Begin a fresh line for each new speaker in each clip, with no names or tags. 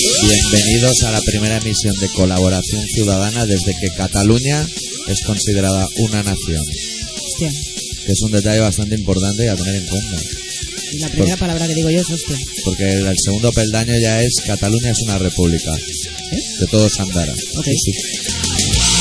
Bienvenidos a la primera emisión de colaboración ciudadana desde que Cataluña es considerada una nación,
Hostia.
que es un detalle bastante importante y a tener en cuenta,
Y
Pues
la primera palabra que digo yo es hostia.
porque el, el segundo peldaño ya es Cataluña es una república, que todo es andara.
Ok.
Sí, sí.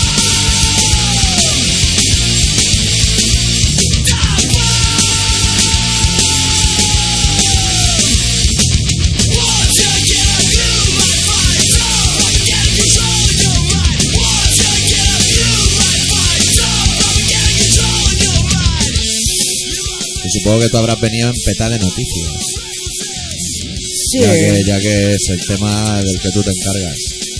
Y supongo que tú habrás venido en peta de noticias,
Sí.
ya, que, ya que es el tema del que tú te encargas.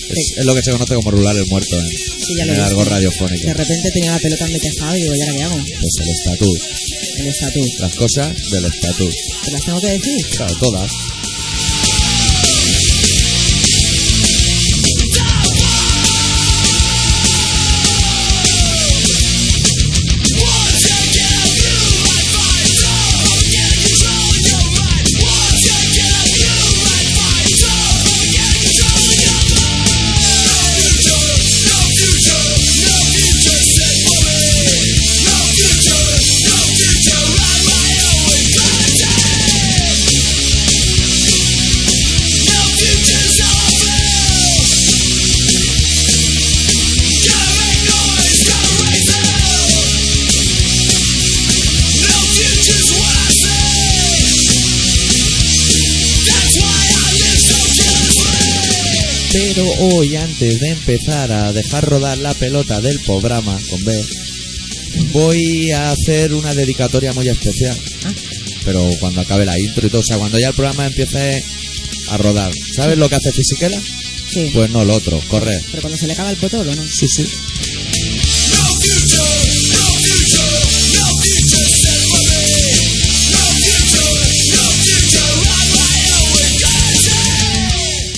Es, es lo que se conoce como rular el muerto en,
Sí, ya
en
lo
el
he
argot
visto.
radiofónico.
De repente tenía la pelota en mi tejado y digo, ¿y ahora qué hago?
Pues el estatut,
El estatut.
las cosas del estatut.
¿Te las tengo que decir?
Claro, todas. Pero hoy, antes de empezar a dejar rodar la pelota del programa con B, voy a hacer una dedicatoria muy especial.
Ah.
Pero cuando acabe la intro y todo, o sea, cuando ya el programa empiece a rodar. ¿Sabes lo que hace Fisiquela?
Sí.
Pues no, lo otro, correr.
Pero cuando se le acaba el potolo, ¿no?
Sí, sí.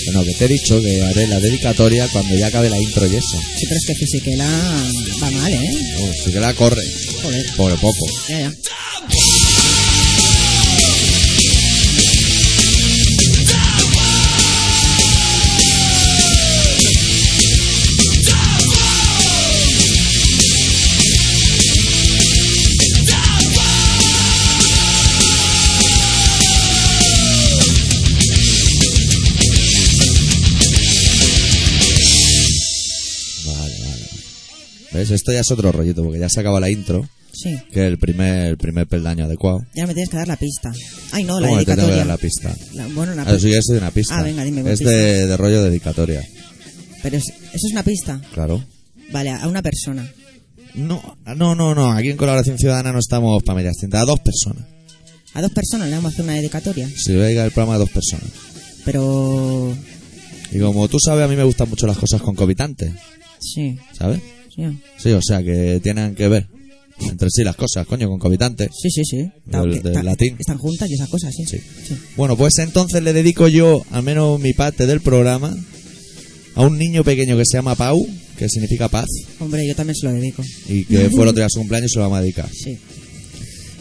Bueno, que te he dicho que haré la dedicatoria cuando ya acabe la intro y eso.
Sí, pero es que Fisiquela va mal, ¿eh?
Oh, sí que la corre,
Joder.
por poco.
Ya, ya.
Vale, vale. ¿Ves? Esto ya es otro rollito, porque ya se acaba la intro,
Sí.
que es el primer, el primer peldaño adecuado.
Ya me tienes que dar la pista. Ay, no, la
¿Cómo que te tengo que
dedicatoria.
dar la pista?
La- bueno, una
Ah,
pista.
sí, es de una pista.
Ah, venga, dime, pues,
Es de, de rollo dedicatoria,
Pero es- eso es una pista.
claro.
Vale, a una persona.
No, no, no, no. Aquí en Colaboración Ciudadana no estamos para medias tintas. A dos personas.
A dos personas le vamos a hacer una dedicatoria.
Si veis el programa a dos personas.
Pero.
Y como tú sabes, a mí me gustan mucho las cosas concomitantes,
Sí,
¿sabes?
sí.
Sí, o sea, que tienen que ver entre sí las cosas, coño, concomitantes.
Sí, sí, sí.
Del- del latín.
Están juntas y esas cosas, sí.
Sí.
Sí.
Bueno, pues entonces le dedico yo, al menos mi parte del programa, a un niño pequeño que se llama Pau, que significa paz,
Hombre, yo también se lo dedico.
y que fue el otro día a su cumpleaños y se lo vamos a dedicar.
Sí.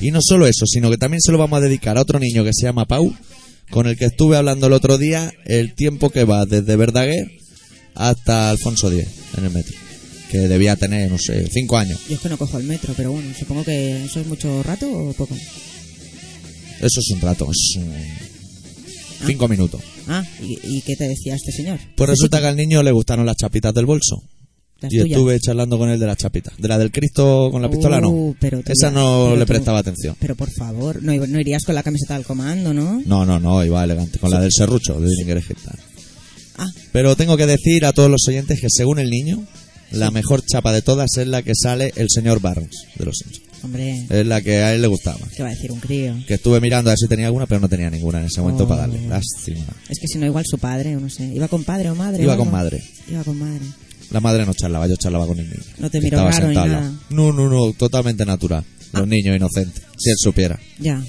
Y no solo eso, sino que también se lo vamos a dedicar a otro niño que se llama Pau, con el que estuve hablando el otro día, el tiempo que va desde Verdaguer hasta Alfonso X en el metro, que debía tener, no sé, cinco años.
Yo es que no cojo el metro, pero bueno, supongo que eso es mucho rato o poco.
Eso es un rato, es un- cinco minutos.
Ah, ¿y, y qué te decía este señor?
Pues resulta que al niño le gustaron las chapitas del bolso.
Las
Y
tuyas.
estuve charlando con él de las chapitas. De la del Cristo con la pistola,
Uh,
no.
pero tú
Esa
ya-
no
pero
le
tú-
prestaba atención.
Pero por favor, no, no irías con la camiseta del comando, ¿no?
No, no, no, iba elegante. Con la del serrucho, de Dininger Gitano.
Ah,
Pero tengo que decir a todos los oyentes que, según el niño, la mejor chapa de todas es la que sale el señor Barnes de los Simpsons.
hombre,
Es la que a él le gustaba.
¿qué va a decir un crío?
Que estuve mirando a ver si tenía alguna, pero no tenía ninguna en ese momento
Oh.
para darle. Lástima.
Es que si no, igual su padre, o no sé. ¿Iba con padre o madre?
Iba
o
con
algo?
madre.
Iba con madre.
La madre no charlaba, yo charlaba con el niño.
No te
que
miró
estaba
raro ni
sentado al lado.
nada. Ah.
No, no, no, totalmente natural. Los niños inocentes, si él supiera.
Ya.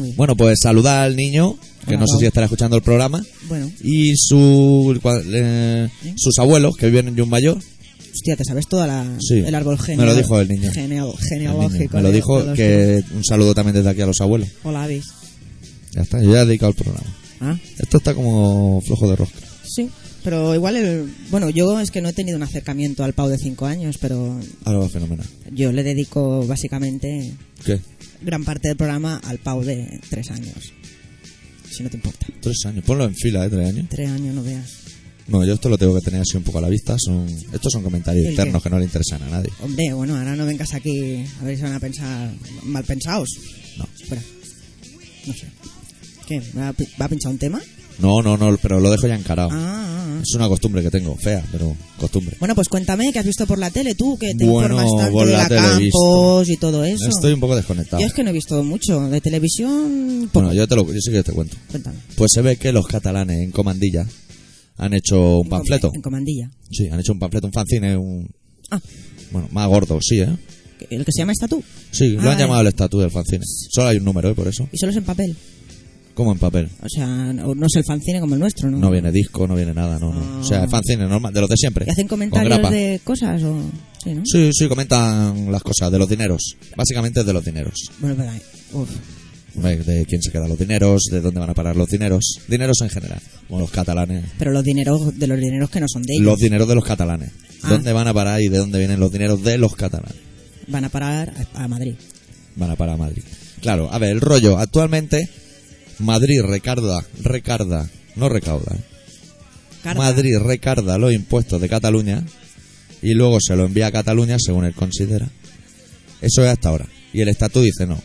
Uy.
Bueno, pues saludar al niño, que
Hola,
no sé
Pau.
si estará escuchando el programa,
Bueno,
y su, cua- eh, sus abuelos, que viven en Yumbayor.
hostia, ¿te sabes toda la,
Sí.
el árbol
Me
genea-
lo dijo el niño.
genea-
el niño.
genealógico.
Me lo
de-
dijo
de los
que un saludo también desde aquí a los abuelos.
Hola, Avis.
Ya está, yo ya he dedicado el programa.
Ah,
Esto está como flojo de rosca.
Sí, pero igual el... Bueno, yo es que no he tenido un acercamiento al Pau de cinco años, pero
Ahora va fenomenal.
yo le dedico básicamente
¿Qué?
gran parte del programa al Pau de tres años. Si no te importa.
Tres años. Ponlo en fila, ¿eh? Tres años.
Tres años, no veas.
No, yo esto lo tengo que tener así un poco a la vista. Son, estos son comentarios
¿El
internos que
qué?
no le interesan a nadie.
Hombre, bueno, ahora no vengas aquí a ver si van a pensar mal pensados.
No.
Fuera. No sé. ¿Qué? ¿Va a, pi- va a pinchar un tema?
No, no, no, pero lo dejo ya encarado.
Ah, ah, ah.
Es una costumbre que tengo, fea, pero costumbre.
Bueno, pues cuéntame qué has visto por la tele tú, que te
Bueno,
informas tanto
por
de
la
la
tele he visto.
Campos y todo eso.
Estoy un poco desconectado.
Yo es que no he visto mucho de televisión. poco.
Bueno, yo, te lo, yo sí que te cuento.
Cuéntame.
Pues se ve que los catalanes en Comandilla han hecho un panfleto.
En comandilla.
Sí, han hecho un panfleto, un fanzine, un...
Ah,
Bueno, más gordo, sí, ¿eh?
el que se llama está tú.
Sí,
Ah,
lo han
vale.
llamado el estatuto del fanzine. Solo hay un número, ¿eh? Por eso.
Y solo es en papel.
Como en papel.
O sea, no, no es el fanzine como el nuestro, ¿no?
No viene disco, no viene nada, no, no. O sea, es fanzine normal, de los de siempre.
Mm. Ah. ¿Y hacen
con
comentarios
grapa.
de cosas o...? Sí, ¿no?
Sí, sí, comentan las cosas, de los dineros. Básicamente es de los dineros.
Bueno, pero... ahí- Uf.
De de quién se quedan los dineros, de dónde van a parar los dineros. Dineros en general, como los catalanes.
Pero los dineros, de los dineros que no son de ellos,
Los dineros de los catalanes.
Ah.
¿Dónde van a parar y de dónde vienen los dineros de los catalanes?
van a parar a, a Madrid.
Van a parar a Madrid. Claro, a ver, el rollo. Actualmente, Madrid recarda, recarda, no recauda. ¿eh?
Carga.
Madrid recarda los impuestos de Cataluña y luego se lo envía a Cataluña según él considera. Eso es hasta ahora. Y el estatuto dice no.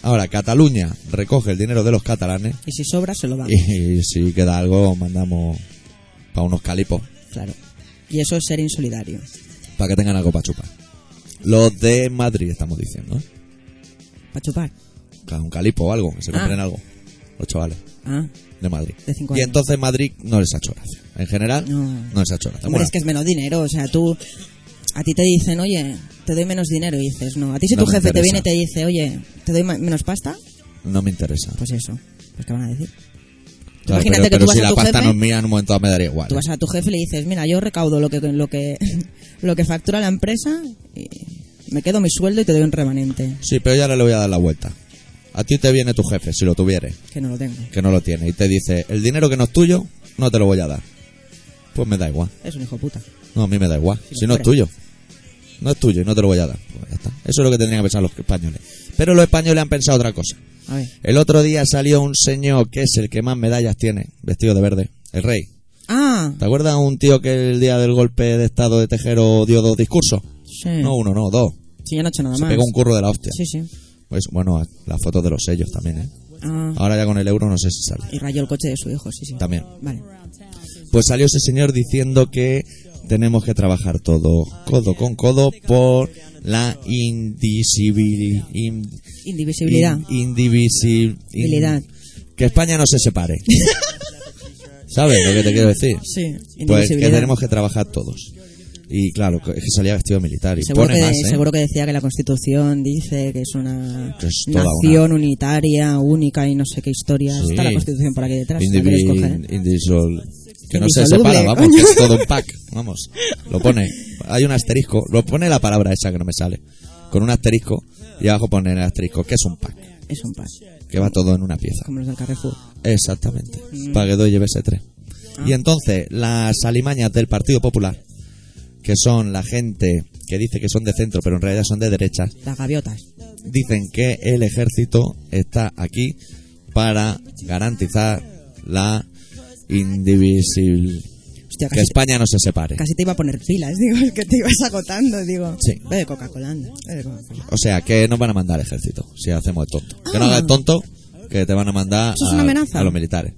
Ahora, Cataluña recoge el dinero de los catalanes
Y si sobra, se lo van.
y, si queda algo mandamos para unos calipos
Claro. Y eso es ser insolidario.
para que tengan algo para chupar. Los de Madrid estamos diciendo, ¿eh?
Para chupar.
Cada Un calipo o algo, que se
Ah.
compren algo. Los chavales
Ah,
de Madrid.
de cinco
Y
años.
entonces Madrid no les ha hecho gracia. En general,
No.
no, les ha hecho gracia.
Hombre,
Bueno,
es que es menos dinero. O sea, tú... A ti te dicen, oye, te doy menos dinero. Y dices, no. A ti si
No
tu
me
jefe te
interesa.
viene y te dice, oye, te doy ma- menos pasta,
no me interesa.
pues eso. Pues ¿qué van a decir?
Claro,
imagínate
pero,
que tú
pero
vas
si
a
la
tu
pasta
jefe-
no es mía, en un momento dado me daría igual. ¿eh?
Tú vas a tu jefe y le dices, mira, yo recaudo lo que, lo que, lo que factura la empresa y me quedo mi sueldo y te doy un remanente.
Sí, pero ya ahora le voy a dar la vuelta. A ti te viene tu jefe, si lo tuvieres,
Que no lo tengo.
que no lo tiene, y te dice, el dinero que no es tuyo, no te lo voy a dar. Pues me da igual.
Es un hijo puta.
No, a mí me da igual.
Si
Si no
lo
es
fuera.
tuyo. No es tuyo y no te lo voy a dar. Pues ya está. Eso es lo que tendrían que pensar los españoles. Pero los españoles han pensado otra cosa.
A ver.
El otro día salió un señor que es el que más medallas tiene, vestido de verde, el rey.
Ah,
¿Te acuerdas un tío que el día del golpe de estado de Tejero dio dos discursos?
sí.
No uno, no, dos.
Sí, ya no he hecho nada
Se
más.
pegó un curro de la hostia.
Sí, sí.
Pues bueno, las fotos de los sellos también, ¿eh?
Ah,
Ahora ya con el euro no sé si sale.
y rayó el coche de su hijo, sí, sí.
También.
Vale.
Pues salió ese señor diciendo que tenemos que trabajar todo, codo con codo, por la indisibili- in-
Indivisibilidad.
in- indivisi- in-
Habilidad.
que España no se separe. ¿Sabes lo que te quiero decir?
Sí,
Pues que
indivisibilidad.
tenemos que trabajar todos. Y claro, que- es que salía vestido militar y
seguro,
pone
que,
más, ¿eh?
seguro que decía que la Constitución dice que es una
Que es toda
nación unitaria, única y no sé qué historia.
Sí.
Está la Constitución por aquí detrás. la
Indivi-
queréis coger.
indisol- que no se
Indisoluble,
separa, vamos, que
coño.
es todo un pack, vamos. Lo pone, hay un asterisco, lo pone la palabra esa que no me sale, con un asterisco y abajo pone el asterisco, que es un pack,
Es un pan.
que va todo en una pieza.
Como los del Carrefour.
Exactamente,
Mm.
para que doy lleve ese tres.
Ah.
Y entonces, las alimañas del Partido Popular, que son la gente que dice que son de centro, pero en realidad son de derechas,
Las gaviotas.
dicen que el ejército está aquí para garantizar la indivisibilidad.
Hostia,
Que
casi,
España no se separe.
casi te iba a poner pilas, digo, es que te ibas agotando, digo.
Sí.
Bebe Coca-Cola, anda, bebe Coca-Cola.
O sea, que nos van a mandar ejército si hacemos el tonto. Que no
Ah.
hagas el tonto, que te van a mandar
Eso es
a,
una amenaza.
a los militares.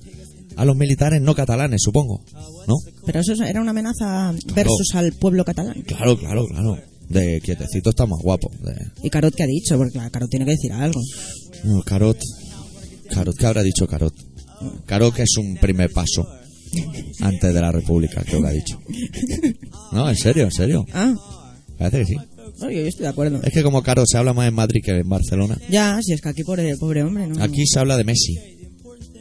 A los militares no catalanes, supongo. ¿No?
Pero eso era una amenaza versus al pueblo catalán.
Claro, claro, claro. De quietecito está más guapo. De...
¿Y Carot qué ha dicho? Porque claro, Carot tiene que decir algo.
No, Carot. Carot, ¿qué habrá dicho Carot? Carot que es un primer paso antes de la República, creo que ha dicho. No, en serio, en serio.
Ah,
Parece que sí.
no, yo yo estoy de acuerdo.
Es que como Carot se habla más en Madrid que en Barcelona,
Ya, si es que aquí pobre, pobre hombre, ¿no?
aquí se habla de Messi.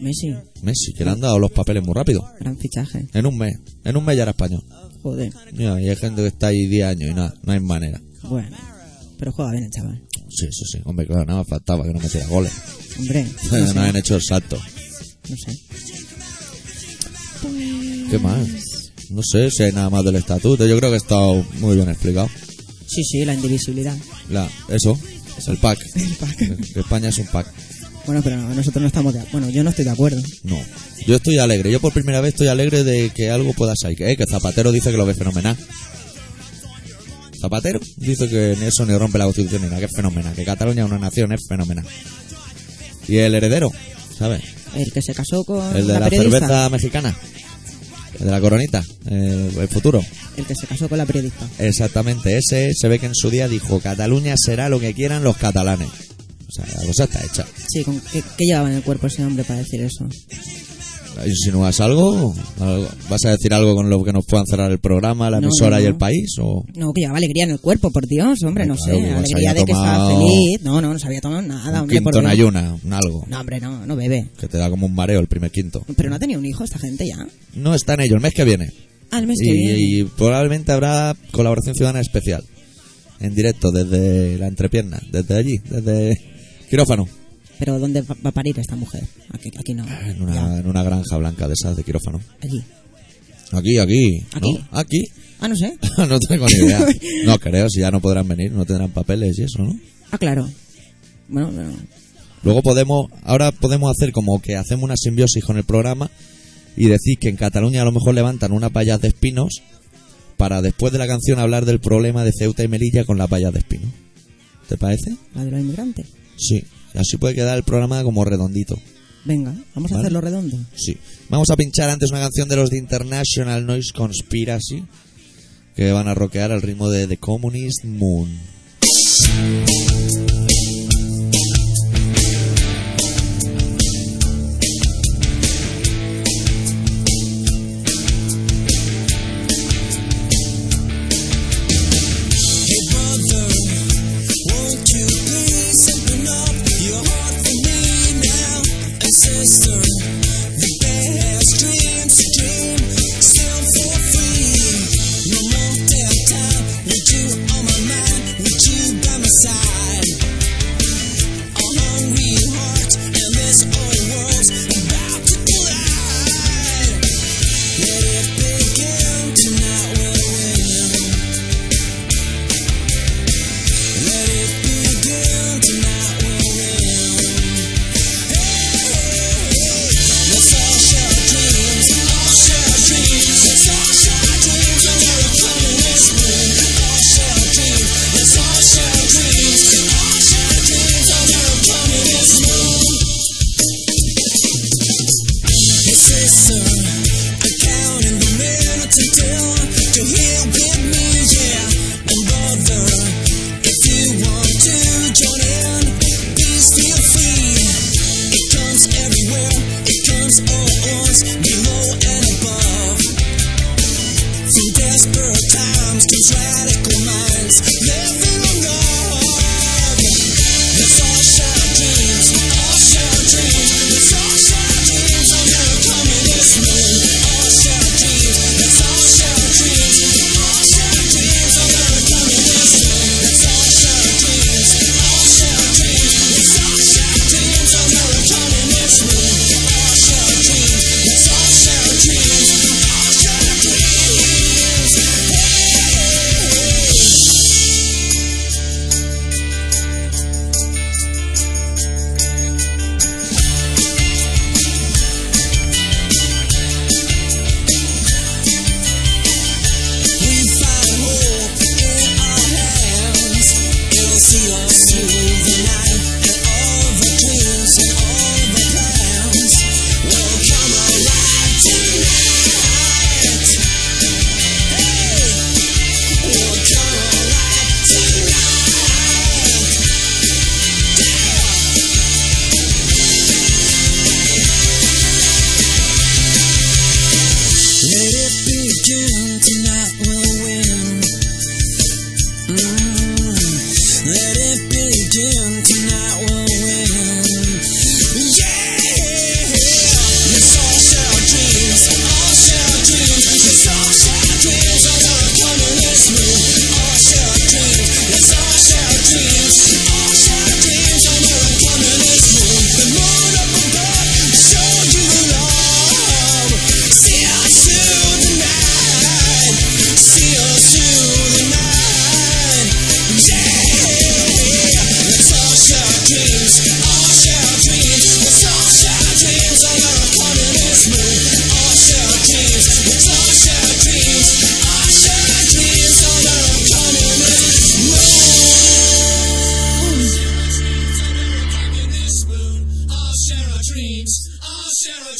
Messi,
Messi, que le han dado los papeles muy rápido.
gran fichaje.
En un mes. En un mes ya era español.
Joder.
Ya, y hay gente que está ahí 10 años y nada, no hay manera.
Bueno. Pero juega bien el chaval.
Sí, sí, sí. Hombre, claro, nada más faltaba que no metiera goles.
Hombre,
No han hecho el salto.
no sé.
¿Qué más? No sé si hay nada más del estatuto. Yo creo que está muy bien explicado.
Sí, sí, la indivisibilidad.
La, eso, el pack.
El pack.
Que España es un pack.
Bueno, pero no, nosotros no estamos de acuerdo. Bueno, yo no estoy de acuerdo.
No. Yo estoy alegre. Yo por primera vez estoy alegre de que algo pueda salir. Eh, que Zapatero dice que lo ve fenomenal. Zapatero dice que ni eso ni rompe la constitución ni nada, que es fenomenal. Que Cataluña es una nación, es fenomenal. Y el heredero, ¿sabes?
El que se casó con
El de la
Ah, periodista.
cerveza mexicana. El de la coronita. eh, el futuro.
El que se casó con la periodista.
Exactamente, ese se ve que en su día dijo Cataluña será lo que quieran los catalanes. O sea, la cosa está hecha.
Sí, ¿con qué, qué llevaba en el cuerpo ese hombre para decir eso?
¿Insinúas algo? ¿Algo? ¿Vas a decir algo con lo que nos puedan cerrar el programa, la
No,
emisora
no,
y
no.
el país? ¿O
No, que llevaba alegría en el cuerpo, por Dios, hombre, no
Claro,
sé.
igual se
Alegría
había
de que estaba
tomado
feliz. No, no, no se había tomado nada,
un
hombre, por
quinto en
Dios.
ayuna? un algo.
No, hombre, no, no bebe.
Que te da como un mareo el primer quinto.
Pero no ha tenido un hijo esta gente ya.
No está en ello, el mes que viene.
Ah, el mes que viene.
Y, y probablemente habrá colaboración ciudadana especial. En directo, desde la entrepierna, desde allí, desde quirófano.
Pero ¿dónde va va a parir esta mujer? Aquí, aquí no.
En
Ya,
una, en una granja blanca de esas de quirófano.
allí.
Aquí, aquí.
Aquí.
¿no? Aquí.
Ah, no sé.
no tengo ni idea. No creo, si ya no podrán venir, no tendrán papeles y eso, ¿no?
Ah, claro. Bueno, bueno.
Luego podemos, ahora podemos hacer como que hacemos una simbiosis con el programa y decir que en Cataluña a lo mejor levantan unas vallas de espinos para después de la canción hablar del problema de Ceuta y Melilla con las vallas de espinos. ¿Te parece?
la de los inmigrantes.
Sí. Así puede quedar el programa como redondito.
Venga, vamos a
Vale.
hacerlo redondo.
Sí. Vamos a pinchar antes una canción de los de International Noise Conspiracy que van a rockear al ritmo de The Communist Moon.
Would you on my mind? Would you by my side?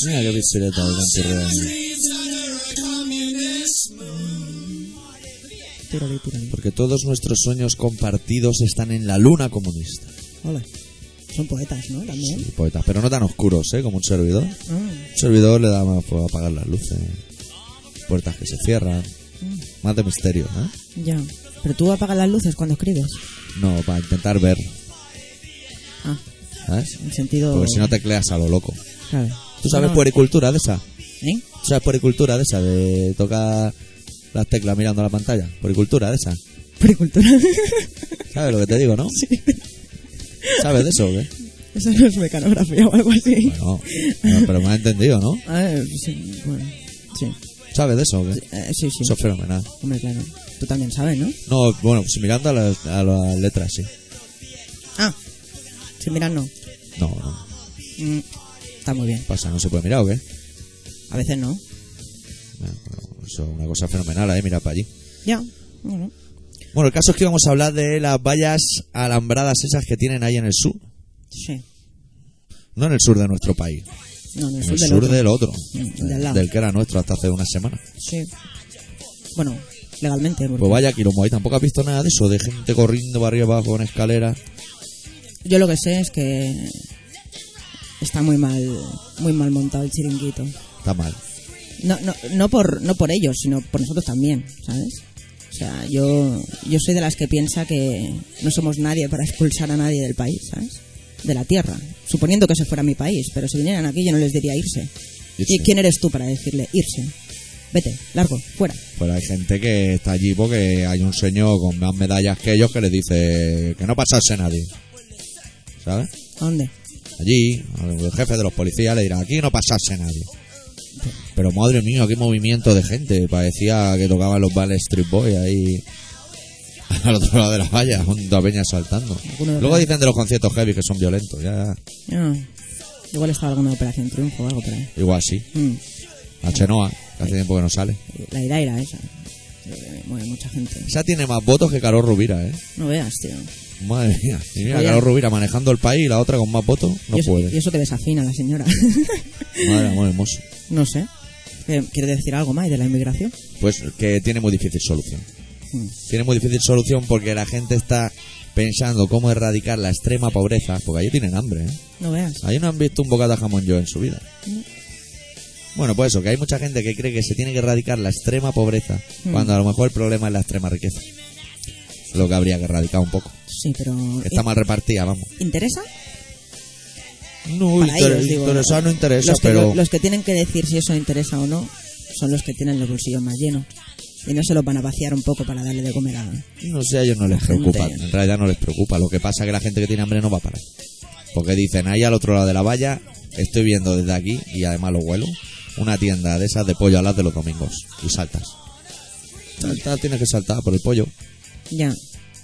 Mira qué pispireta del antirrebaño.
Tirolí, tirolí.
Porque todos nuestros sueños compartidos están en la luna comunista.
Hola. Son poetas, ¿no? También.
Sí, poetas, pero no tan oscuros, ¿eh? Como un servidor. Un
Ah,
servidor le da más fuego a apagar las luces. Puertas que se cierran. Más de misterio, ¿eh?
ya. Pero tú apagas las luces cuando escribes.
No, para intentar ver,
Ah,
¿sabes?
en sentido.
Porque si no tecleas a lo loco.
Claro.
¿Tú sabes
No,
puericultura de esa?
¿eh?
¿Tú sabes puericultura de esa? De tocar las teclas mirando la pantalla. Puericultura de esa.
Puericultura.
¿Sabes lo que te digo, no?
Sí.
¿Sabes de eso o qué?
Eso no es mecanografía o algo así.
Bueno, no, pero me has entendido, ¿no?
A ver, sí, bueno. Sí.
¿Sabes de eso o qué?
Eh, sí, sí.
Eso es fenomenal.
Hombre, claro. Tú también sabes, ¿no?
No, bueno, pues mirando a las, a las letras, sí.
Ah. Sí, mira, no.
No, no.
Mm, Está muy bien.
Pasa, no se puede mirar o qué.
A veces no.
Bueno, bueno, eso es una cosa fenomenal, ¿eh? Mira para allí.
Ya. Bueno.
Bueno, el caso es que íbamos a hablar de las vallas alambradas esas que tienen ahí en el sur.
Sí.
No en el sur de nuestro país,
No, en el
en
sur,
el
del
sur
otro.
del otro.
Mm, de al lado.
del que era nuestro hasta hace una semana.
Sí. Bueno, legalmente. porque
Pues vaya quilombo, ahí tampoco has visto nada de eso, de gente corriendo barrio abajo en escaleras.
Yo lo que sé es que está muy mal, muy mal montado el chiringuito.
Está mal.
No, no, no por, no por ellos, sino por nosotros también, ¿sabes? O sea, yo, yo soy de las que piensa que no somos nadie para expulsar a nadie del país, ¿sabes? De la tierra. Suponiendo que se fuera mi país, pero si vinieran aquí yo no les diría irse.
Irse.
¿Y quién eres tú para decirle irse? Vete, largo, fuera.
Pero hay gente que está allí porque hay un señor con más medallas que ellos que les dice que no pasarse nadie. ¿Sabes?
¿A dónde?
Allí, el jefe de los policías le dirá, aquí no pasarse nadie. Pero madre mía, qué movimiento de gente. Parecía que tocaban los Ballet Street Boys ahí al otro lado de la valla, junto a Peña saltando.
Alguno de
Luego
los-
dicen de los conciertos heavy que son violentos, ya.
Ah, igual estaba alguna operación triunfo o algo por ahí.
Igual sí.
Mm.
La Chenoa, que hace tiempo que no sale.
La Iraira esa. Eh, Mueve mucha gente.
Esa tiene más votos que Carol Rubira, ¿eh?
No veas, tío.
Madre mía. Y mira,
Oye.
Carol Rubira manejando el país y la otra con más votos, no
y, eso,
puede.
y eso que desafina la señora.
Madre amor hermoso.
no sé. Eh, ¿Quiere decir algo más de la inmigración?
Pues que tiene muy difícil solución.
Mm.
Tiene muy difícil solución porque la gente está pensando cómo erradicar la extrema pobreza, porque allí tienen hambre, ¿eh?
No veas.
Ahí no han visto un bocata de jamón yo en su vida.
No.
Bueno, pues eso, que hay mucha gente que cree que se tiene que erradicar la extrema pobreza,
Mm.
cuando a lo mejor el problema es la extrema riqueza. Lo que habría que erradicar un poco.
Sí, pero...
Está mal repartida, vamos.
¿in- ¿Interesa?
No,
Para
inter-
ellos, digo,
interesado no interesa,
los que,
pero
Los, que tienen que decir si eso interesa o no son los que tienen los bolsillos más llenos. Y no se los van a vaciar un poco para darle de comer a...
no sé, a ellos no les
gente.
preocupa. En realidad no les preocupa. Lo que pasa es que la gente que tiene hambre no va a parar. Porque dicen, ahí al otro lado de la valla, estoy viendo desde aquí, y además lo vuelo, una tienda de esas de pollo alas de los domingos. Y saltas. Saltas, tienes que saltar por el pollo.
Ya.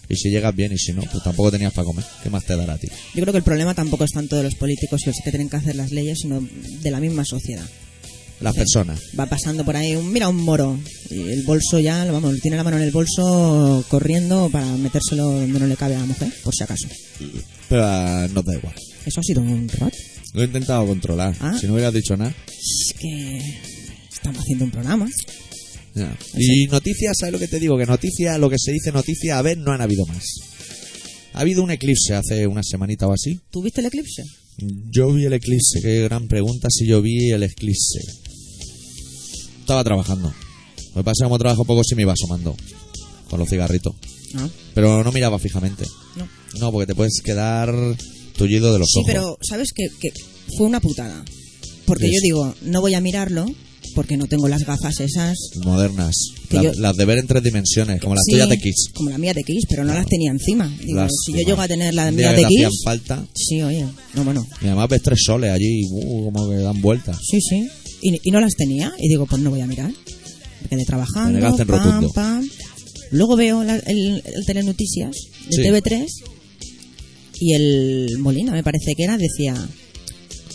Y si llegas bien, y si no, pues tampoco tenías para comer. ¿Qué más te dará a ti?
Yo creo que el problema tampoco es tanto de los políticos y los que tienen que hacer las leyes, sino de la misma sociedad.
Las personas.
va pasando por ahí, un, mira un moro, y el bolso ya, lo- vamos, tiene la mano en el bolso corriendo para metérselo donde no le cabe a la mujer, por si acaso.
Pero ah, no da igual.
Eso ha sido un rot.
Lo he intentado controlar.
Ah.
Si no hubieras dicho nada.
Es que estamos haciendo un programa.
Ya. Y noticias, ¿sabes lo que te digo? Que noticias, lo que se dice noticias, a ver, no han habido más. Ha habido un eclipse hace una semanita o así.
¿Tuviste el eclipse?
Yo vi el eclipse, qué gran pregunta si yo vi el eclipse. Estaba trabajando. Me pasa como trabajo poco si me iba asomando con los cigarritos.
No,
Pero no miraba fijamente.
no.
No, porque te puedes quedar tullido de los
Sí,
ojos.
pero ¿sabes qué? Que fue una putada. Porque
Sí.
yo digo, no voy a mirarlo porque no tengo las gafas esas.
Modernas.
Que
La-
yo-
Las de ver en tres dimensiones, como las
Sí,
tuyas de Kiss.
Como la mía de Kiss, pero no las tenía encima. Digo,
Las-
si yo llego a tener la
Un día
mía
que
de
te hacían
Kiss...
falta.
Sí, oye. No, bueno,
Y además ves tres soles allí, uh, como que dan vueltas.
Sí, sí. Y, y no las tenía. Y digo, pues no voy a mirar. Me quedé
Me
trabajando.
negaste en rotundo.
Pam, pam. Luego veo la- el, el Telenoticias de
Sí.
TV3 y el Molina, me parece que era, decía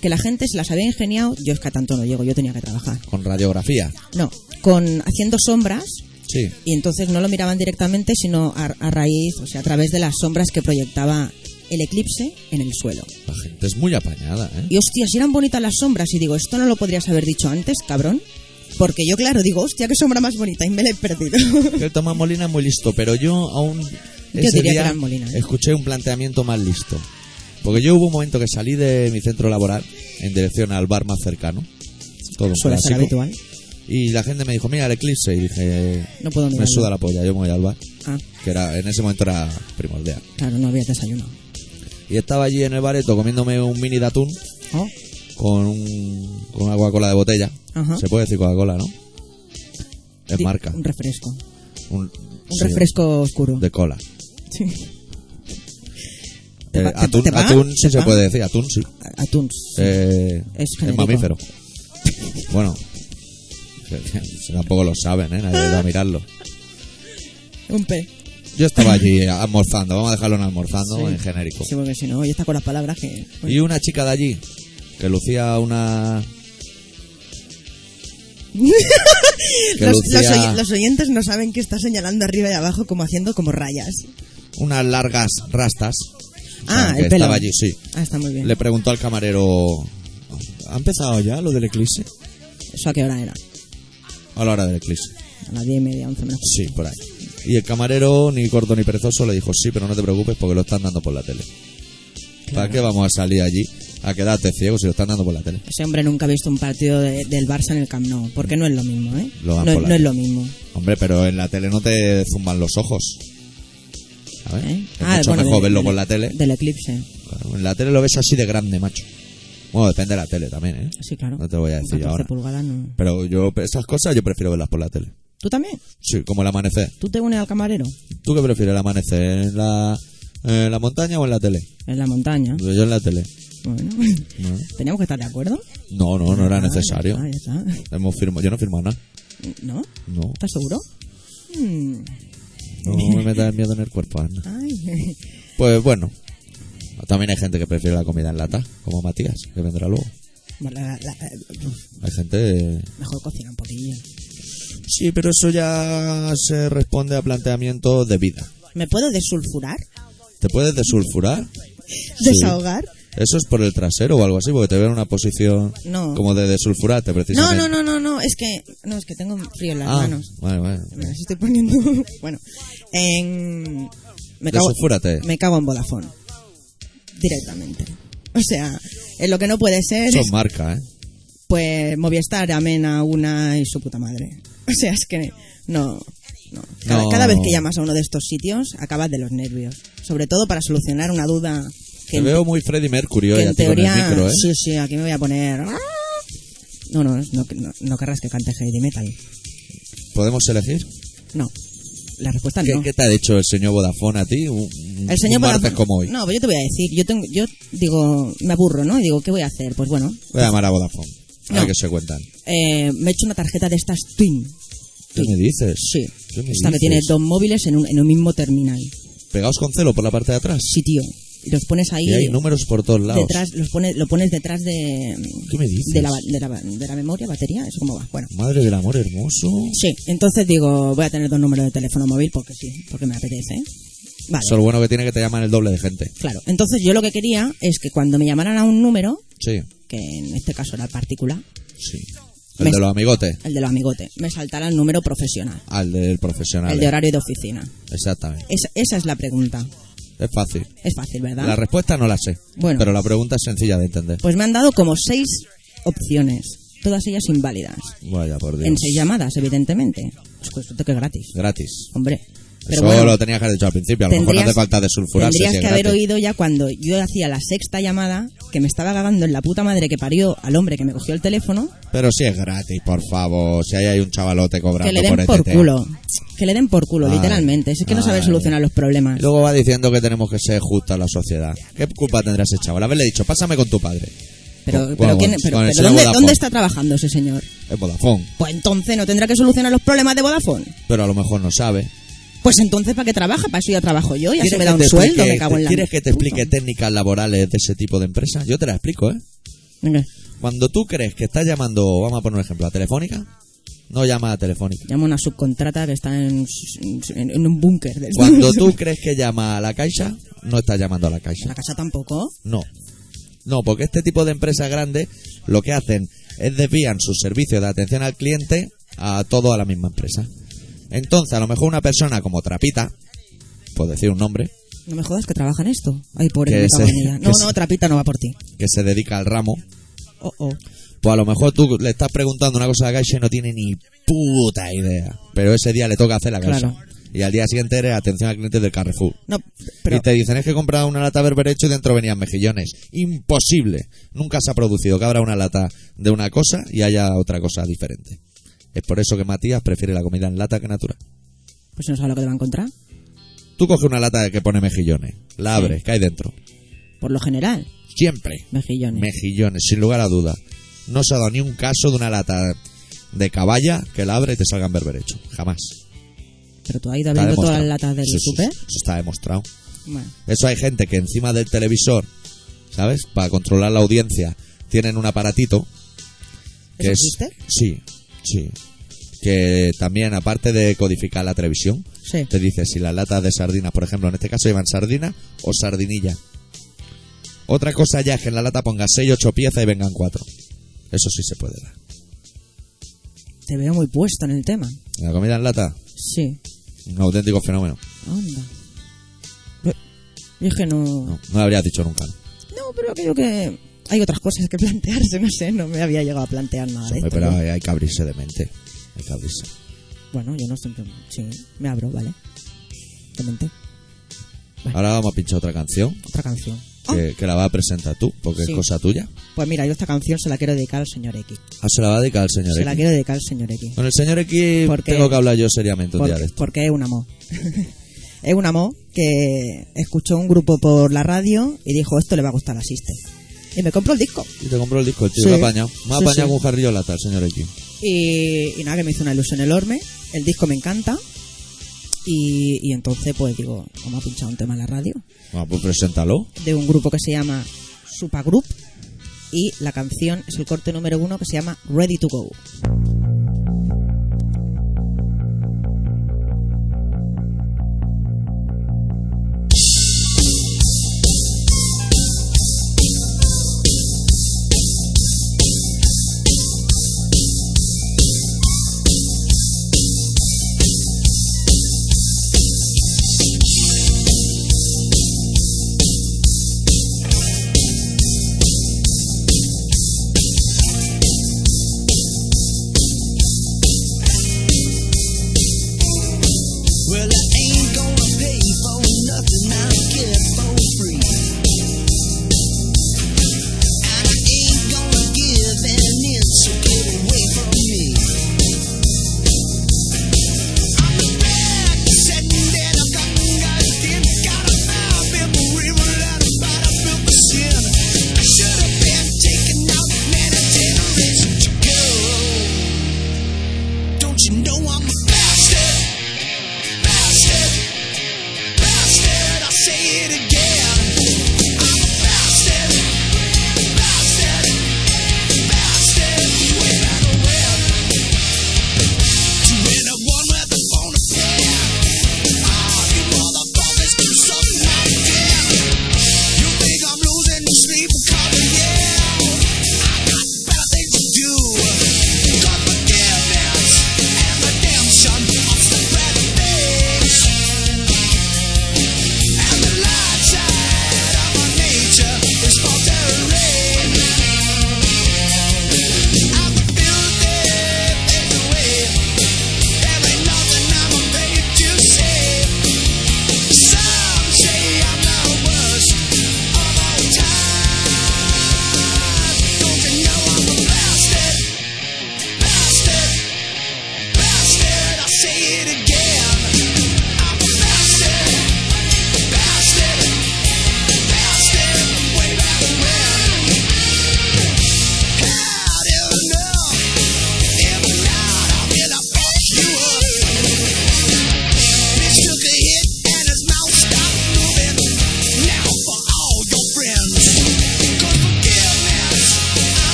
que la gente se las había ingeniado. Yo es que a tanto no llego, yo tenía que trabajar.
Con radiografía.
No, con haciendo sombras
Sí.
y entonces no lo miraban directamente, sino a, a raíz, o sea, a través de las sombras que proyectaba el eclipse en el suelo.
La gente es muy apañada, ¿eh?
Y hostia, si eran bonitas las sombras, y digo, esto no lo podrías haber dicho antes, cabrón. Porque yo, claro, digo, hostia, qué sombra más bonita, y me la he perdido.
Que el Tomás Molina es muy listo, pero yo aún ese
diría que
día
era el Molina, ¿eh?
escuché un planteamiento más listo. Porque yo hubo un momento que salí de mi centro laboral en dirección al bar más cercano. Todo un
Suele ser
clásico.
habitual.
Y la gente me dijo, mira el eclipse. Y dije,
No puedo
me
mirarlo.
suda la polla, yo me voy al bar.
Ah,
Que era, en ese momento era primordial.
claro, no había desayuno.
Y estaba allí en el bareto comiéndome un mini de atún
Oh,
con, un, con una Coca-Cola de botella.
Ajá.
Se puede decir Coca-Cola, ¿no? Es
di-
marca.
Un refresco. Un
Un, sí,
refresco oscuro.
De cola.
Sí.
Eh,
¿Te va- te-
atún,
te va?
atún sí
¿Te
se
va?
puede decir, atún sí.
A- Atún.
Eh,
Es
el
genérico.
mamífero. bueno, que tampoco lo saben, ¿eh? Nadie va a mirarlo.
Un pez.
Yo estaba allí almorzando, vamos a dejarlo en almorzando
Sí.
en genérico.
Sí, porque si no, ya está con las palabras que.
Y una chica de allí que lucía una. que
los,
lucía
los oy- los oyentes no saben que está señalando arriba y abajo como haciendo como rayas.
unas largas rastas. O
Ah,
sea, que
el pelo.
Estaba allí, sí.
Ah, está muy bien.
Le preguntó al camarero: ¿Ha empezado ya lo del eclipse?
¿Eso a qué hora era?
A la hora del eclipse.
A las 10 y media, 11 menos.
Sí, por ahí. Y el camarero, ni corto ni perezoso, le dijo, sí, pero no te preocupes porque lo están dando por la tele. ¿Para qué vamos a salir allí a quedarte ciego si lo están dando por la tele?
Ese hombre nunca ha visto un partido de- del Barça en el Camp Nou, porque no es lo mismo, ¿eh?
Lo dan
no,
por la
no es
tele.
lo mismo.
Hombre, pero en la tele no te zumban los ojos. ¿Sabes?
¿eh?
Es mucho
bueno,
mejor
del-
verlo
del-
por la tele.
Del eclipse.
Claro, en la tele lo ves así de grande, macho. Bueno, depende de la tele también, ¿eh?
Sí, claro.
No te lo voy a
Con
decir
14
ahora.
pulgadas no.
Pero yo, esas cosas yo prefiero verlas por la tele.
¿Tú también?
Sí, como el amanecer.
¿Tú te unes al camarero?
¿Tú qué prefieres, el amanecer? ¿En la, en la montaña o en la tele?
En la montaña.
Yo en la tele.
Bueno.
Bueno.
¿Teníamos que estar de acuerdo?
No, no, no era
Ah,
necesario.
ya está, ya está.
Hemos firmado, yo no he firmado nada.
¿No?
No,
¿Estás seguro? Mm,
no me metas el miedo en el cuerpo, Ana.
Ay.
Pues bueno, también hay gente que prefiere la comida en lata, como Matías, que vendrá luego.
Bueno, la- la- eh,
Hay gente.
mejor cocina un poquillo.
Sí, pero eso ya se responde a planteamientos de vida.
¿Me puedo desulfurar?
¿Te puedes desulfurar?
¿Desahogar?
Eso es por el trasero o algo así, porque te veo en una posición
No.
como de desulfurarte,
No,
precisamente.
no, no, no, no, es que no es que tengo frío en las
Ah,
manos.
vale, vale.
Me las estoy poniendo. bueno, en- me cago
Desulfúrate.
me cago en Vodafone directamente. O sea, en lo que no puede ser
Eso
es
es marca, ¿eh?
pues Movistar amena una y su puta madre. O sea, es que no. no. Cada,
No.
cada vez que llamas a uno de estos sitios, acabas de los nervios. Sobre todo para solucionar una duda que,
Te
en-
veo muy Freddy Mercury
que
hoy
en
a ti con el
teoría.
micro, ¿eh?
Sí, sí, aquí me voy a poner. ¡ah! No, no, no, no, no querrás que cante heavy metal.
¿Podemos elegir?
No. La respuesta
¿Qué,
Ah, no.
qué te ha dicho el señor Vodafone a ti? Un, un-
El señor
un
Vodafone-
martes como hoy.
No, pero yo te voy a decir. Yo tengo, yo digo, me aburro, ¿no? Y digo, ¿qué voy a hacer? Pues bueno,
Voy a llamar a Vodafone. A ver
No.
qué se cuentan.
eh, me he hecho una tarjeta de estas Twin.
¿Qué me dices?
Sí.
¿Qué me
Esta me
dices?
tiene dos móviles en un, en un mismo terminal.
Pegaos con celo por la parte de atrás.
Sí, tío. Y los pones ahí.
Y hay números por todos lados.
detrás, los pones, lo pones detrás de.
¿Qué me dices?
De la, ba- de, la, ba- de la memoria, batería, eso cómo va. Bueno.
Madre del amor hermoso.
Sí, entonces digo, voy a tener dos números de teléfono móvil porque sí, porque me apetece. Vale.
Eso es lo bueno que tiene que te llaman el doble de gente.
Claro. Entonces yo lo que quería es que cuando me llamaran a un número,
Sí,
que en este caso era el particular,
sí. El
Me-
de los amigotes.
el de los amigotes, me saltara el número profesional,
Al del profesional. ¿eh?
el de horario de oficina.
Exactamente.
Esa, esa es la pregunta.
Es fácil.
Es fácil, ¿verdad?
La respuesta no la sé.
Bueno.
Pero la pregunta es sencilla de entender.
Pues me han dado como seis opciones, todas ellas inválidas.
Vaya, por Dios.
En seis llamadas, evidentemente. Pues que esto que es gratis.
Gratis.
Hombre. Pero
Eso
bueno,
lo tenías que haber dicho al principio. A lo mejor no hace falta desulfurarse.
tendrías
si es
que haber
gratis.
oído ya cuando yo hacía la sexta llamada que me estaba cagando en la puta madre que parió al hombre que me cogió el teléfono,
Pero si es gratis, por favor. Si ahí hay un chavalote cobrando
que le
por
den
este
por
tema.
culo. Que le den por culo,
Ay,
literalmente. Es que no saben
ay.
solucionar los problemas.
Y luego va diciendo que tenemos que ser justos a la sociedad. ¿Qué culpa tendrá ese chaval? Haberle dicho, pásame con tu padre.
Pero,
Con-
pero,
con-
¿quién- pero-
Pues, con el
pero
señor
¿dónde,
Vodafone.
dónde está trabajando ese señor?
Es Vodafone.
Pues entonces no tendrá que solucionar los problemas de Vodafone.
Pero a lo mejor no sabe.
Pues entonces, ¿para qué trabaja? Para eso ya trabajo yo y así
¿Quieres
me
que
da un
te
sueldo,
explique- este?
me cago en la
¿Quieres que te
puta.
explique este? técnicas laborales de ese tipo de empresas? Yo te la explico, ¿eh?
Venga,
Cuando tú crees que estás llamando, vamos a poner un ejemplo, a Telefónica, no llama a Telefónica.
llamo a una subcontrata que está en, en- en un búnker. de-
Cuando tú crees que llama a la Caixa, no está llamando a la caixa.
La casa tampoco.
No. No, porque este tipo de empresas grandes lo que hacen es desvían sus servicios de atención al cliente a todo a la misma empresa. Entonces, a lo mejor una persona como Trapita, por decir un nombre,
No me jodas que trabaja en esto. Ay, pobre,
Que
me cago en
se-
ella.
que
No,
se-
no, trapita no va por ti.
que se dedica al ramo,
Oh, oh.
pues a lo mejor tú le estás preguntando una cosa a la caixa y no tiene ni puta idea. Pero ese día le toca hacer la caixa.
Claro.
Y al día siguiente eres atención al cliente del Carrefour.
No, pero
Y te dicen, es que compraba una lata berberecho y dentro venían mejillones. Imposible. Nunca se ha producido que habrá una lata de una cosa y haya otra cosa diferente. Es por eso que Matías prefiere la comida en lata que natural.
pues no sabe lo que te va a encontrar.
Tú coges una lata que pone mejillones, la abres, ¿qué hay dentro?
Por lo general,
Siempre.
mejillones.
Mejillones, sin lugar a duda. No se ha dado ni un caso de una lata de caballa que la abre y te salgan berberecho. Jamás.
Pero tú has ido
Está
abriendo todas las
demostrado.
latas del
Sí, sí,
súper.
sí, eso está demostrado.
Bueno,
Eso hay gente que encima del televisor, ¿sabes? Para controlar la audiencia, tienen un aparatito. es-
¿Eso existe?
Sí, sí. Que también, aparte de codificar la televisión,
sí.
te dice si las latas de sardinas, por ejemplo, en este caso llevan sardina o sardinilla. Otra cosa ya es que en la lata pongas 6, 8 piezas y vengan 4. Eso sí se puede dar.
Te veo muy puesto en el tema.
La comida en lata,
Sí.
un auténtico fenómeno.
Anda. Pero- Yo es que no...
No, no lo habrías dicho nunca.
No, pero creo que hay otras cosas que plantearse, no sé, no me había llegado a plantear nada de
Hombre,
esto.
pero
¿no?
hay, hay que abrirse de mente. Hay que abrirse.
Bueno, yo no estoy... Sí, me abro, ¿vale? Te menté.
Ahora vamos a pinchar otra canción.
Otra canción. Ah,
que, que la va a presentar tú, porque
Sí.
es cosa tuya.
pues mira, yo esta canción se la quiero dedicar al señor X.
Ah, se la va a dedicar al señor
Se la
X.
quiero dedicar al señor X.
Con el señor X
Porque-
tengo que hablar yo seriamente un día de
Porque,
esto.
porque es un amor. es un amor que escuchó un grupo por la radio y dijo, esto le va a gustar a Sister. Y me compró el disco.
Y te compró el disco, el tío.
Sí.
Me ha apañado. Me ha
Sí,
apañado
sí.
con un jarrillo de lata el señor X.
Y, y nada, que me hizo una ilusión enorme. El disco me encanta. Y, y entonces, pues digo, vamos a pinchar un tema en la radio
Bueno, pues preséntalo.
de un grupo que se llama Supa Group. Y la canción es el corte número uno que se llama Ready to Go.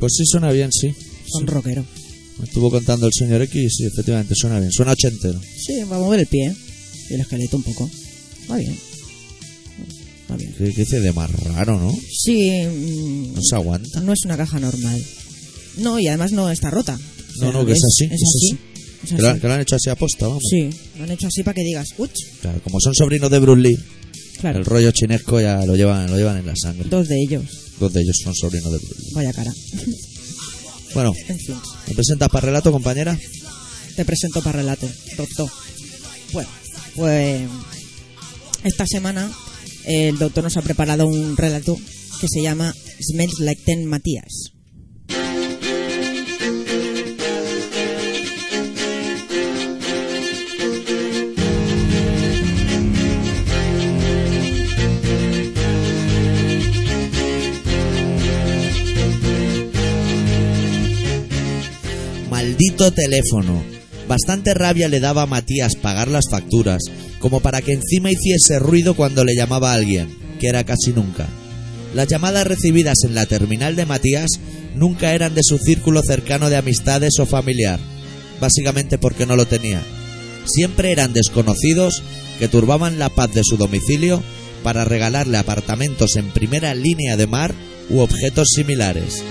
Pues sí, suena bien, sí.
Son rockero.
Me estuvo contando el señor X y sí, efectivamente suena bien. Suena ochentero.
Sí, va a mover el pie ¿eh? y el esqueleto un poco. Va bien. Va bien.
¿Qué, qué dice de más raro, no?
Sí, mm,
No se aguanta.
no es una caja normal. No, y además no está rota. O
No,
sea,
no, que es así,
Es
es
así. es
Que lo, han-
así.
que lo han hecho así aposta, vamos.
Sí, lo han hecho así para que digas, uch,
Claro, como son sobrinos de Bruce Lee,
claro,
el rollo chinesco ya lo llevan, lo llevan en la sangre.
dos de ellos.
Dos de ellos son sobrinos de Bruce Lee.
Vaya cara.
Bueno,
En fin,
¿me presentas para relato, compañera?
te presento para relato, doctor. Bueno, pues esta semana el doctor nos ha preparado un relato que se llama Smells Like Ten Matías.
Maldito teléfono. Bastante rabia le daba a Matías pagar las facturas, como para que encima hiciese ruido cuando le llamaba a alguien, que era casi nunca. Las llamadas recibidas en la terminal de Matías nunca eran de su círculo cercano de amistades o familiar, básicamente porque no lo tenía. Siempre eran desconocidos que turbaban la paz de su domicilio para regalarle apartamentos en primera línea de mar u objetos similares.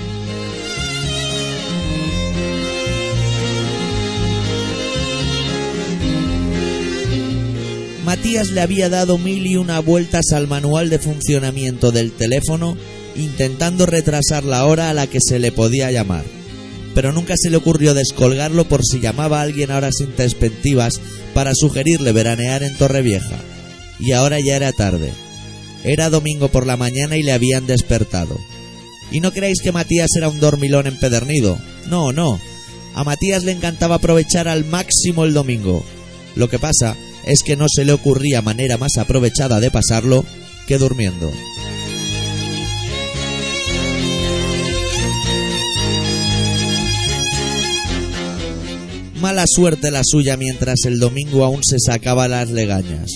Matías le había dado mil y una vueltas al manual de funcionamiento del teléfono, intentando retrasar la hora a la que se le podía llamar. Pero nunca se le ocurrió descolgarlo por si llamaba a alguien a horas intempestivas para sugerirle veranear en Torrevieja. Y ahora ya era tarde. Era domingo por la mañana y le habían despertado. Y no creáis que Matías era un dormilón empedernido. No, no. A Matías le encantaba aprovechar al máximo el domingo. Lo que pasa es que no se le ocurría manera más aprovechada de pasarlo que durmiendo. Mala suerte la suya mientras el domingo aún se sacaba las legañas.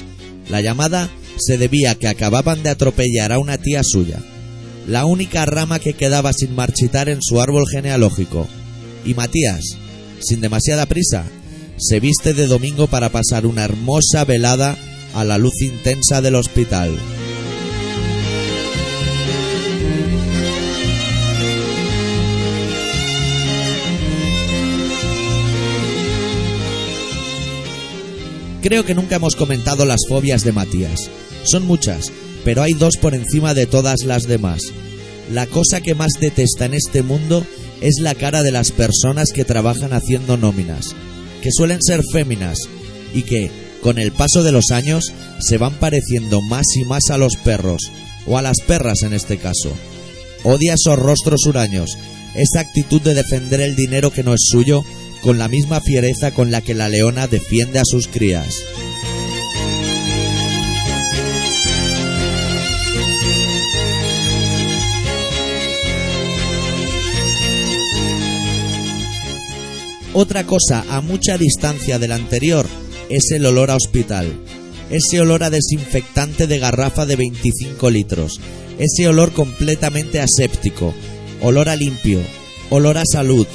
La llamada se debía a que acababan de atropellar a una tía suya, la única rama que quedaba sin marchitar en su árbol genealógico. Y Matías, sin demasiada prisa, se viste de domingo para pasar una hermosa velada a la luz intensa del hospital. Creo que nunca hemos comentado las fobias de Matías. Son muchas, pero hay dos por encima de todas las demás. La cosa que más detesta en este mundo es la cara de las personas que trabajan haciendo nóminas, que suelen ser féminas y que, con el paso de los años, se van pareciendo más y más a los perros, o a las perras en este caso. Odia esos rostros huraños, esa actitud de defender el dinero que no es suyo con la misma fiereza con la que la leona defiende a sus crías. Otra cosa a mucha distancia del anterior es el olor a hospital. Ese olor a desinfectante de garrafa de 25 litros. Ese olor completamente aséptico. Olor a limpio. Olor a salud.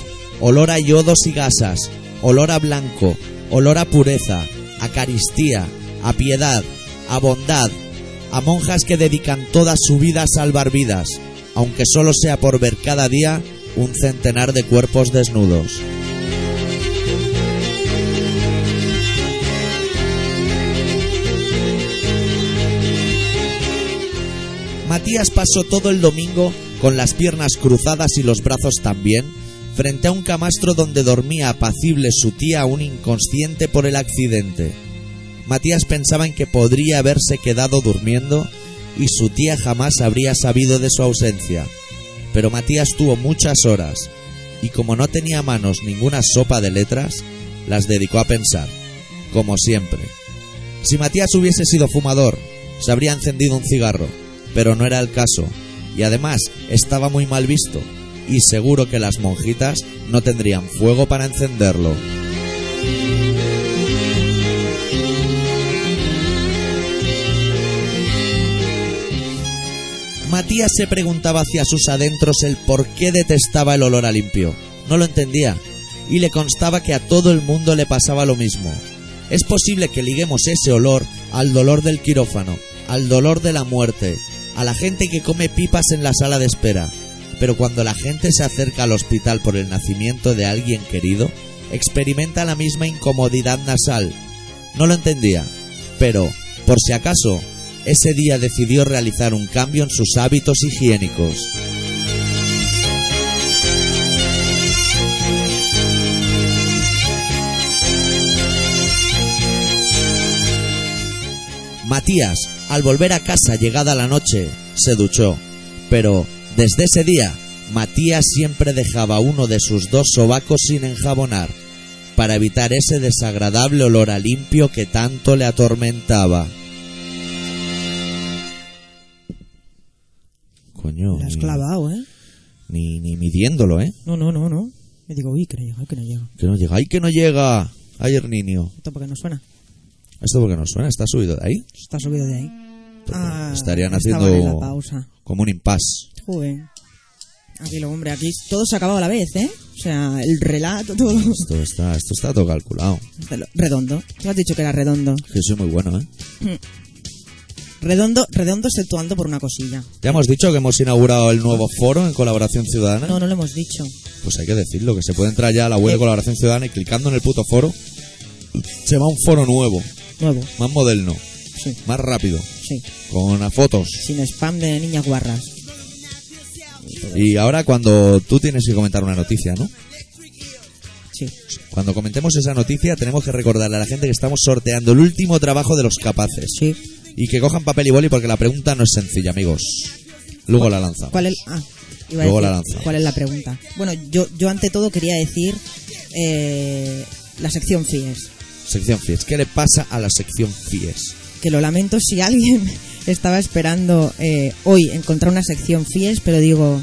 Olor a yodos y gasas. Olor a blanco. Olor a pureza. A caristía. A piedad. A bondad. A monjas que dedican toda su vida a salvar vidas. Aunque solo sea por ver cada día un centenar de cuerpos desnudos. Matías pasó todo el domingo con las piernas cruzadas y los brazos también, frente a un camastro donde dormía apacible su tía aún inconsciente por el accidente. Matías pensaba en que podría haberse quedado durmiendo y su tía jamás habría sabido de su ausencia. Pero Matías tuvo muchas horas y como no tenía a manos ninguna sopa de letras, las dedicó a pensar, como siempre. Si Matías hubiese sido fumador, se habría encendido un cigarro, pero no era el caso, y además estaba muy mal visto, y seguro que las monjitas no tendrían fuego para encenderlo. Matías se preguntaba hacia sus adentros el por qué detestaba el olor a limpio. No lo entendía, y le constaba que a todo el mundo le pasaba lo mismo. Es posible que liguemos ese olor al dolor del quirófano, al dolor de la muerte, a la gente que come pipas en la sala de espera. Pero cuando la gente se acerca al hospital por el nacimiento de alguien querido, experimenta la misma incomodidad nasal. No lo entendía, pero, por si acaso, ese día decidió realizar un cambio en sus hábitos higiénicos. Matías, al volver a casa llegada la noche, se duchó. Pero, desde ese día, Matías siempre dejaba uno de sus dos sobacos sin enjabonar, para evitar ese desagradable olor a limpio que tanto le atormentaba. Coño.
La has
ni-
clavado, ¿eh?
Ni, ni midiéndolo, ¿eh?
No, no, no, no. Me digo, uy, que no llega, uy, que no llega.
Que no llega. ¡Ay, que no llega! Ayer niño.
Esto porque no suena.
Esto porque no suena, está subido de ahí.
Está subido de ahí.
Porque
Ah,
estarían
estaban
haciendo
en la pausa.
como un impasse.
Joder. Aquí lo hombre, aquí todo se acababa a la vez, ¿eh? O sea, el relato, todo.
Esto está, esto está todo calculado.
Redondo. Tú has dicho que era redondo.
Que soy muy bueno, ¿eh?
Redondo, redondo exceptuando por una cosilla.
Ya hemos dicho que hemos inaugurado el nuevo foro en Colaboración Ciudadana.
No, Eh. no lo hemos dicho.
Pues hay que decirlo, que se puede entrar ya a la web de Colaboración Ciudadana y clicando en el puto foro se va a un foro nuevo,
Nuevo.
más moderno,
Sí,
más rápido,
sí.
con a fotos.
Sin spam de niñas guarras.
Y ahora cuando tú tienes que comentar una noticia, ¿no?
Sí.
Cuando comentemos esa noticia tenemos que recordarle a la gente que estamos sorteando el último trabajo de los capaces.
Sí.
Y que cojan papel y boli porque la pregunta no es sencilla, amigos. Luego la lanza.
¿Cuál es, ah, iba a
Luego
decir,
la lanzamos.
¿Cuál es la pregunta? Bueno, yo, yo ante todo quería decir eh, la sección FIES.
Sección FIES. ¿Qué le pasa a la sección FIES?
Que lo lamento si alguien estaba esperando eh, hoy encontrar una sección FIES, pero digo,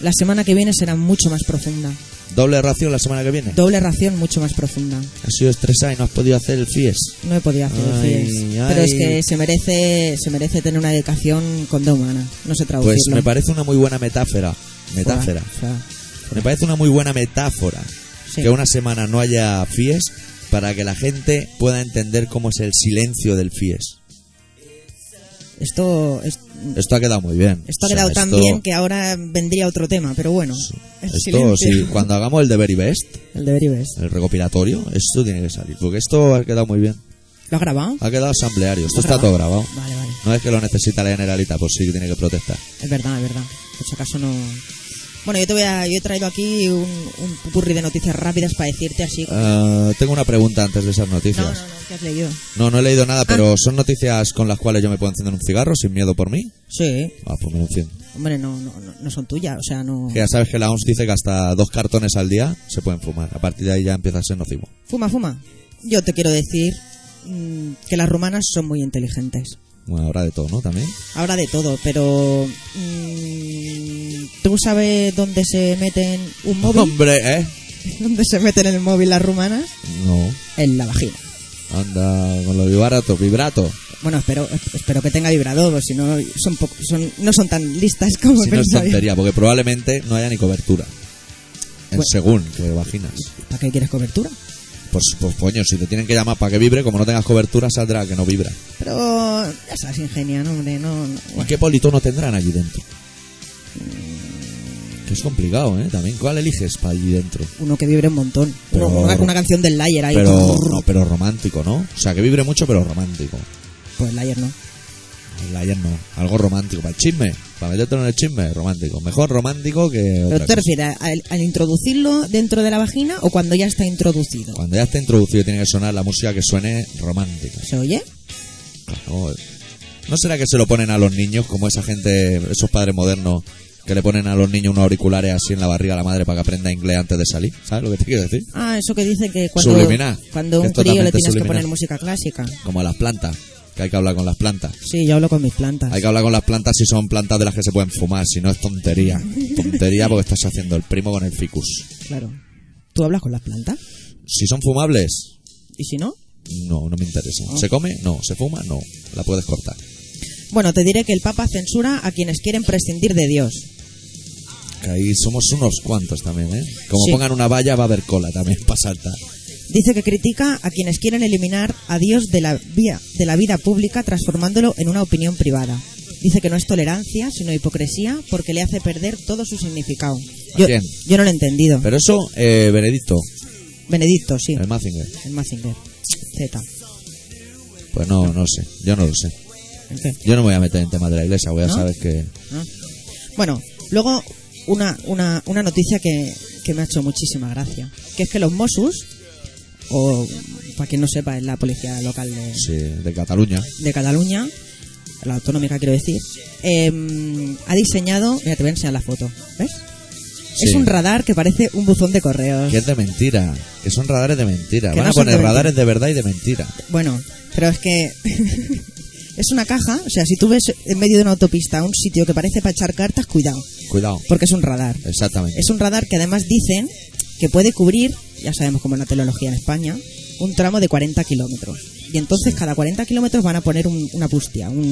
la semana que viene será mucho más profunda.
¿Doble ración la semana que viene?
Doble ración mucho más profunda.
Has sido estresada y no has podido hacer el FIES.
No he podido hacer
Ay,
el FIES. Pero es
ay.
que se merece, se merece tener una dedicación con D humana. No sé traducirlo.
Pues me parece una muy buena metáfora. Metáfora.
Fuera, fuera.
Me parece una muy buena metáfora.
Sí.
Que una semana no haya FIES para que la gente pueda entender cómo es el silencio del FIES.
Esto es-
Esto ha quedado muy bien.
Mm. Esto ha
O sea,
quedado tan
esto-
bien que ahora vendría otro tema, pero bueno. El
Esto,
silencio.
sí, cuando hagamos el de Very Best,
El de Beribes.
el recopilatorio, esto tiene que salir. Porque esto ha quedado muy bien.
¿Lo has grabado?
Ha quedado asambleario. Ah, Esto
¿Lo has
está todo grabado.
Vale, vale.
No es que lo necesita la generalita, pues sí que tiene que protestar.
Es verdad, es verdad. Por si acaso no. Bueno, yo te voy a, yo he traído aquí un, un purri de noticias rápidas para decirte así.
Eh, tengo una pregunta antes de esas
no, no, Ah.
noticias.
no, ¿qué has leído?
No, no he leído nada, pero son noticias con las cuales yo me puedo encender un cigarro sin miedo por mí.
Sí,
Ah, pues me lo enciendo.
hombre, no, no, no, no son tuyas, o sea, no.
Que ya sabes que la OMS dice que hasta dos cartones al día se pueden fumar. A partir de ahí ya empieza a ser nocivo.
Fuma, fuma. Yo te quiero decir mm, que las rumanas son muy inteligentes.
Bueno, ahora de todo, ¿no? También.
Ahora de todo, pero. mm, ¿Tú sabes dónde se meten un móvil?
Hombre, ¿eh?
¿Dónde se meten el móvil las rumanas?
No.
En la vagina.
Anda con los vibratos, vibrato.
Bueno, espero, espero que tenga vibrador, porque si no, son poco- son, no son tan listas como
Si no es
pensaba.
tontería, porque probablemente no haya ni cobertura. En
Bueno.
según que vaginas.
¿Para qué quieres cobertura?
Pues, pues coño, si te tienen que llamar para que vibre, como no tengas cobertura, saldrá que no vibra.
Pero ya sabes, ingenia, no, hombre, no. no.
¿Y qué politono tendrán allí dentro? Que es complicado, ¿eh? También, ¿cuál eliges para allí dentro?
Uno que vibre un montón.
Pero-
Uno- una, una canción del Layer ahí.
Pero, no, pero romántico, ¿no? O sea, que vibre mucho, pero romántico.
Pues Layer no.
El Lion no, algo romántico. Para el chisme, para metértelo en el chisme, romántico. Mejor romántico que
¿Pero
otra
tú te
cosa.
refieres al, al introducirlo dentro de la vagina o cuando ya está introducido?
Cuando ya esté introducido, tiene que sonar la música que suene romántica.
¿Se oye?
Claro. eh, ¿No será que se lo ponen a los niños, como esa gente, esos padres modernos, que le ponen a los niños unos auriculares así en la barriga a la madre para que aprenda inglés antes de salir? ¿Sabes lo que te quiero decir?
Ah, eso que dice que cuando,
Subliminal.
cuando un
Es
crío le
totalmente
tienes que
subliminal.
poner música clásica.
Como a las plantas, que hay que hablar con las plantas.
Sí, yo hablo con mis plantas.
Hay que hablar con las plantas si son plantas de las que se pueden fumar, si no es tontería. Tontería porque estás haciendo el primo con el ficus.
Claro. ¿Tú hablas con las plantas?
Si son fumables,
¿Y si no?
No, no me interesa. ¿Se come? No. ¿Se fuma? No. La puedes cortar.
Bueno, te diré que el Papa censura a quienes quieren prescindir de Dios.
Que ahí somos unos cuantos también, ¿eh? Como
Sí.
pongan una valla va a haber cola también para saltar.
Dice que critica a quienes quieren eliminar a Dios de la, vía, de la vida pública transformándolo en una opinión privada. Dice que no es tolerancia, sino hipocresía, porque le hace perder todo su significado.
¿A
Yo,
quién?
yo no lo he entendido.
Pero eso, eh, Benedicto,
Benedicto, sí.
el Mazinger.
El Mazinger. Z.
Pues no, no sé. Yo no lo sé.
¿El qué?
Yo no me voy a meter en temas de la iglesia, voy a
¿No?
saber que.
Ah. Bueno, luego una, una, una noticia que, que me ha hecho muchísima gracia, que es que los Mossos, o para quien no sepa, es la policía local de,
Sí, de Cataluña.
de Cataluña, la autonómica quiero decir, em, ha diseñado, mira, te voy a enseñar la foto, ¿ves?
Sí.
Es un radar que parece un buzón de correos.
Que es de mentira. Que son radares de mentira.
Que
Van
no
a
son
poner
de
radares de verdad y de mentira.
Bueno, pero es que es una caja, o sea, si tú ves en medio de una autopista un sitio que parece para echar cartas, cuidado,
Cuidado.
porque es un radar.
Exactamente.
Es un radar que además dicen que puede cubrir, ya sabemos cómo es la teleología en España, un tramo de 40 kilómetros. Y entonces cada 40 kilómetros van a poner un- una pustia, un,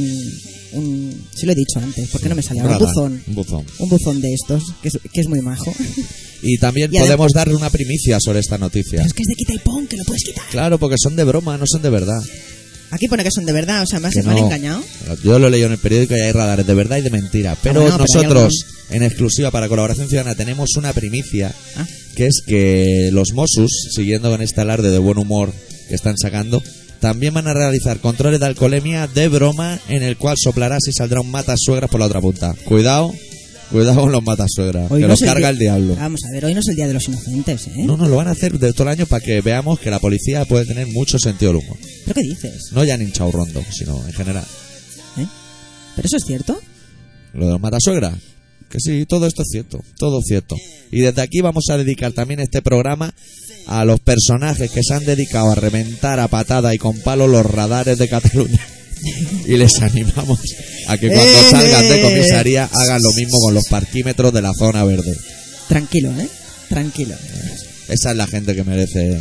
un... Sí lo he dicho antes, porque no me salía?
Un
Un
radar,
buzón.
un buzón.
Un buzón de estos, que es, que es muy majo.
Y también
Y adem-
podemos darle una primicia sobre esta noticia.
Pero es que es de quita y pon, que lo puedes quitar.
Claro, porque son de broma, no son de verdad.
Aquí pone que son de verdad, o sea, me, has-
Que
¿Ah, me han
no.
engañado. Ah,
Yo lo leí en el periódico y hay radares de verdad y de mentira. Pero
bueno, pues pero hay
nosotros, en exclusiva para Colaboración Ciudadana, tenemos una primicia,
Ah.
que es que los Mossos, siguiendo con este alarde de buen humor que están sacando, también van a realizar controles de alcoholemia de broma en el cual soplarás y saldrá un matasuegras por la otra punta. Cuidado, cuidado con los matasuegras,
Hoy
que
no
los
es
carga
día-
el diablo.
Vamos a ver, hoy no es el día de los inocentes, ¿eh?
No, no, lo van a hacer de todo el año para que veamos que la policía puede tener mucho sentido del humor.
¿Pero qué dices?
No ya en hinchado rondo, sino en general.
¿Eh? ¿Pero eso es cierto?
Lo de los matasuegra. Que sí, todo esto es cierto, todo cierto. Y desde aquí vamos a dedicar también este programa a los personajes que se han dedicado a reventar a patada y con palo los radares de Cataluña. Y les animamos a que cuando
¡Eh!
salgan de comisaría hagan lo mismo con los parquímetros de la zona verde.
Tranquilo, ¿eh? Tranquilo.
Esa es la gente que merece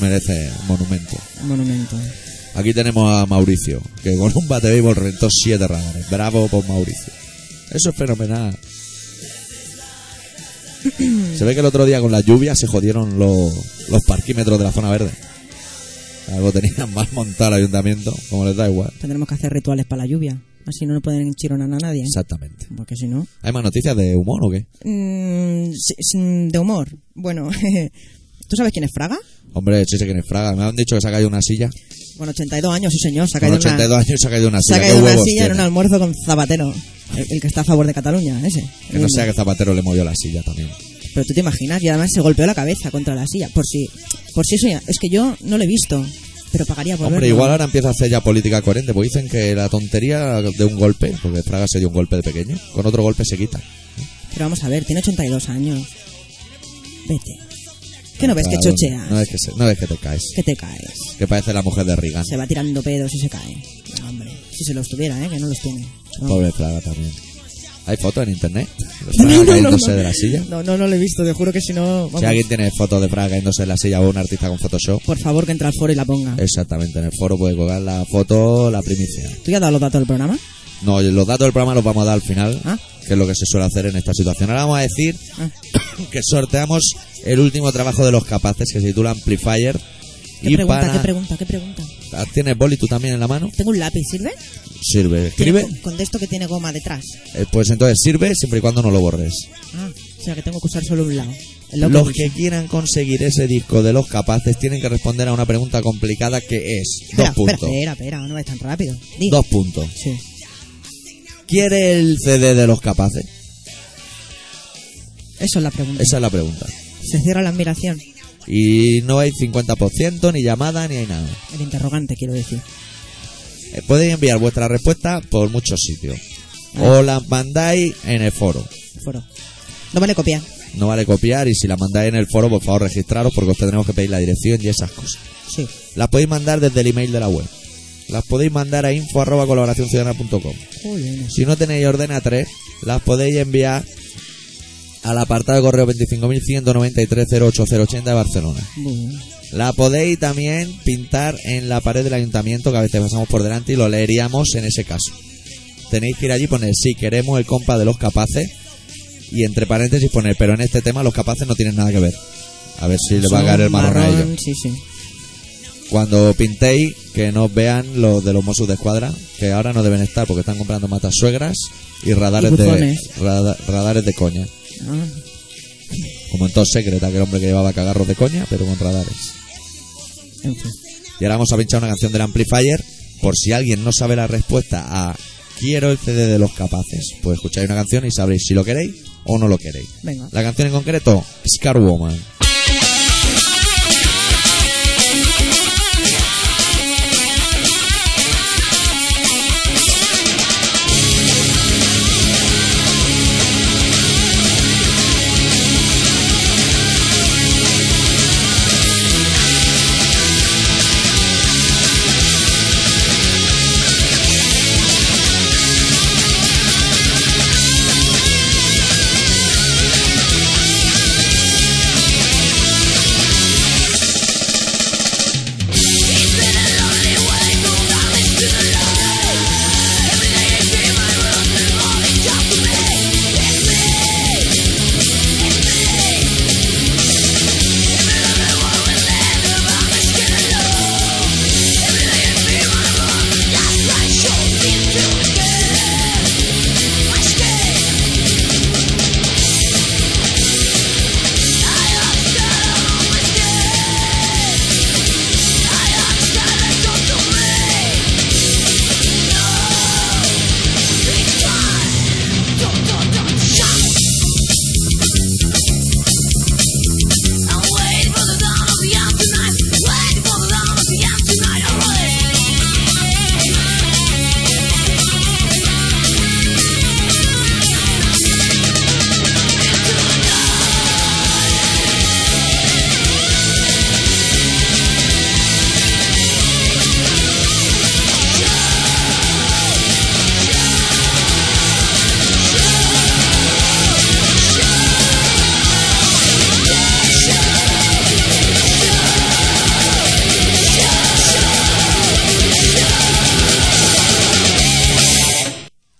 merece monumento.
Monumento.
Aquí tenemos a Mauricio, que con un bate de béisbol rentó siete radares. Bravo por Mauricio. Eso es fenomenal. Se ve que el otro día con la lluvia se jodieron los, los parquímetros de la zona verde. Algo tenían mal montado el ayuntamiento, como les da igual.
Tendremos que hacer rituales para la lluvia. Así no le pueden chironar a nadie. ¿eh?
Exactamente.
Porque si no.
¿Hay más noticias de humor o qué?
Mm, sí, sí, de humor. Bueno, ¿tú sabes quién es Fraga?
Hombre, sí sé quién es Fraga. Me han dicho que se ha caído una silla.
Con 82 años, sí señor. Se ha
Con
caído
82
una,
años se ha caído una
se
silla.
ha
¿Qué
caído una
huevos
silla en un
tiene?
almuerzo con Zapatero. El, el que está a favor de Cataluña, ese. Mm,
Que no sea que Zapatero le movió la silla también.
Pero tú te imaginas, y además se golpeó la cabeza contra la silla. Por si, por si eso ya. Es que yo no lo he visto, pero pagaría por
Hombre,
verlo.
igual ahora empieza a hacer ya política coherente, porque dicen que la tontería de un golpe, porque Fraga se dio un golpe de pequeño, con otro golpe se quita.
Pero vamos a ver, tiene 82 años. Vete. ¿Qué no ves que
Cada uno.
chocheas?
No es que, se- no es que te caes,
Que te caes.
que parece la mujer de Riga.
se va tirando pedos y se cae. No, hombre, si se los tuviera, ¿eh? que no los tiene. No.
Pobre Fraga también. ¿Hay fotos en internet? De
No,
Fraga
no, no,
cayéndose
no.
de la silla.
No, no, no lo he visto, te juro que si no. vamos.
Si alguien tiene fotos de Fraga cayéndose de la silla o un artista con Photoshop,
Por favor, que entre al foro y la ponga.
Eh. exactamente, en el foro puede colgar la foto, la primicia.
¿Tú ya has dado los datos del programa?
No, los datos del programa los vamos a dar al final,
Ah.
que es lo que se suele hacer en esta situación. Ahora vamos a decir
Ah.
que sorteamos el último trabajo de los capaces que se titula Amplifier.
¿Qué
y
pregunta,
para...
qué pregunta, qué pregunta?
Ah, ¿Tienes boli tú también en la mano?
¿Tengo un lápiz, sirve?
Sirve.
Tiene
Escribe.
Con, con de esto que tiene goma detrás.
Eh, pues entonces sirve siempre y cuando no lo borres.
Ah, o sea que tengo que usar solo un lado. El loco
Los
dice.
que quieran conseguir ese disco de los capaces tienen que responder a una pregunta complicada que es...
Espera,
dos puntos.
espera, eh, espera, espera, no es tan rápido. Di.
Dos puntos.
Sí.
¿Quiere el CD de los capaces?
Eso es la pregunta.
Esa es la pregunta.
Se cierra la admiración.
Y no hay 50%, ni llamada, ni hay nada.
El interrogante, quiero decir.
Eh, Podéis enviar vuestra respuesta por muchos sitios. O la mandáis en el foro.
Foro. No vale copiar.
No vale copiar y si la mandáis en el foro, por favor registraros porque os tendremos que pedir la dirección y esas cosas.
Sí.
Las podéis mandar desde el email de la web. Las podéis mandar a info arroba colaboracionciudadana.com.
Jolines.
Si no tenéis orden A3, las podéis enviar al apartado de correo 25.193.08080 de Barcelona.
Muy bien.
La podéis también pintar en la pared del ayuntamiento que a veces pasamos por delante y lo leeríamos en ese caso. tenéis que ir allí y poner sí, queremos el compa de los capaces y entre paréntesis poner, pero en este tema los capaces no tienen nada que ver. A ver si le va a
Son
caer el marrón a ellos.
Sí, sí.
Cuando pintéis, que no os vean los de los Mossos de Escuadra, que ahora no deben estar porque están comprando matasuegras y radares
Y
de
buzones.
rada- radares de coña.
Ah,
Como en Top Secret, aquel hombre que llevaba cagarros de coña, pero con radares.
en fin.
Y ahora vamos a pinchar una canción del Amplifier. Por si alguien no sabe la respuesta a Quiero el CD de los capaces, pues escucháis una canción y sabréis si lo queréis o no lo queréis.
Venga.
La canción en concreto, Scar Woman.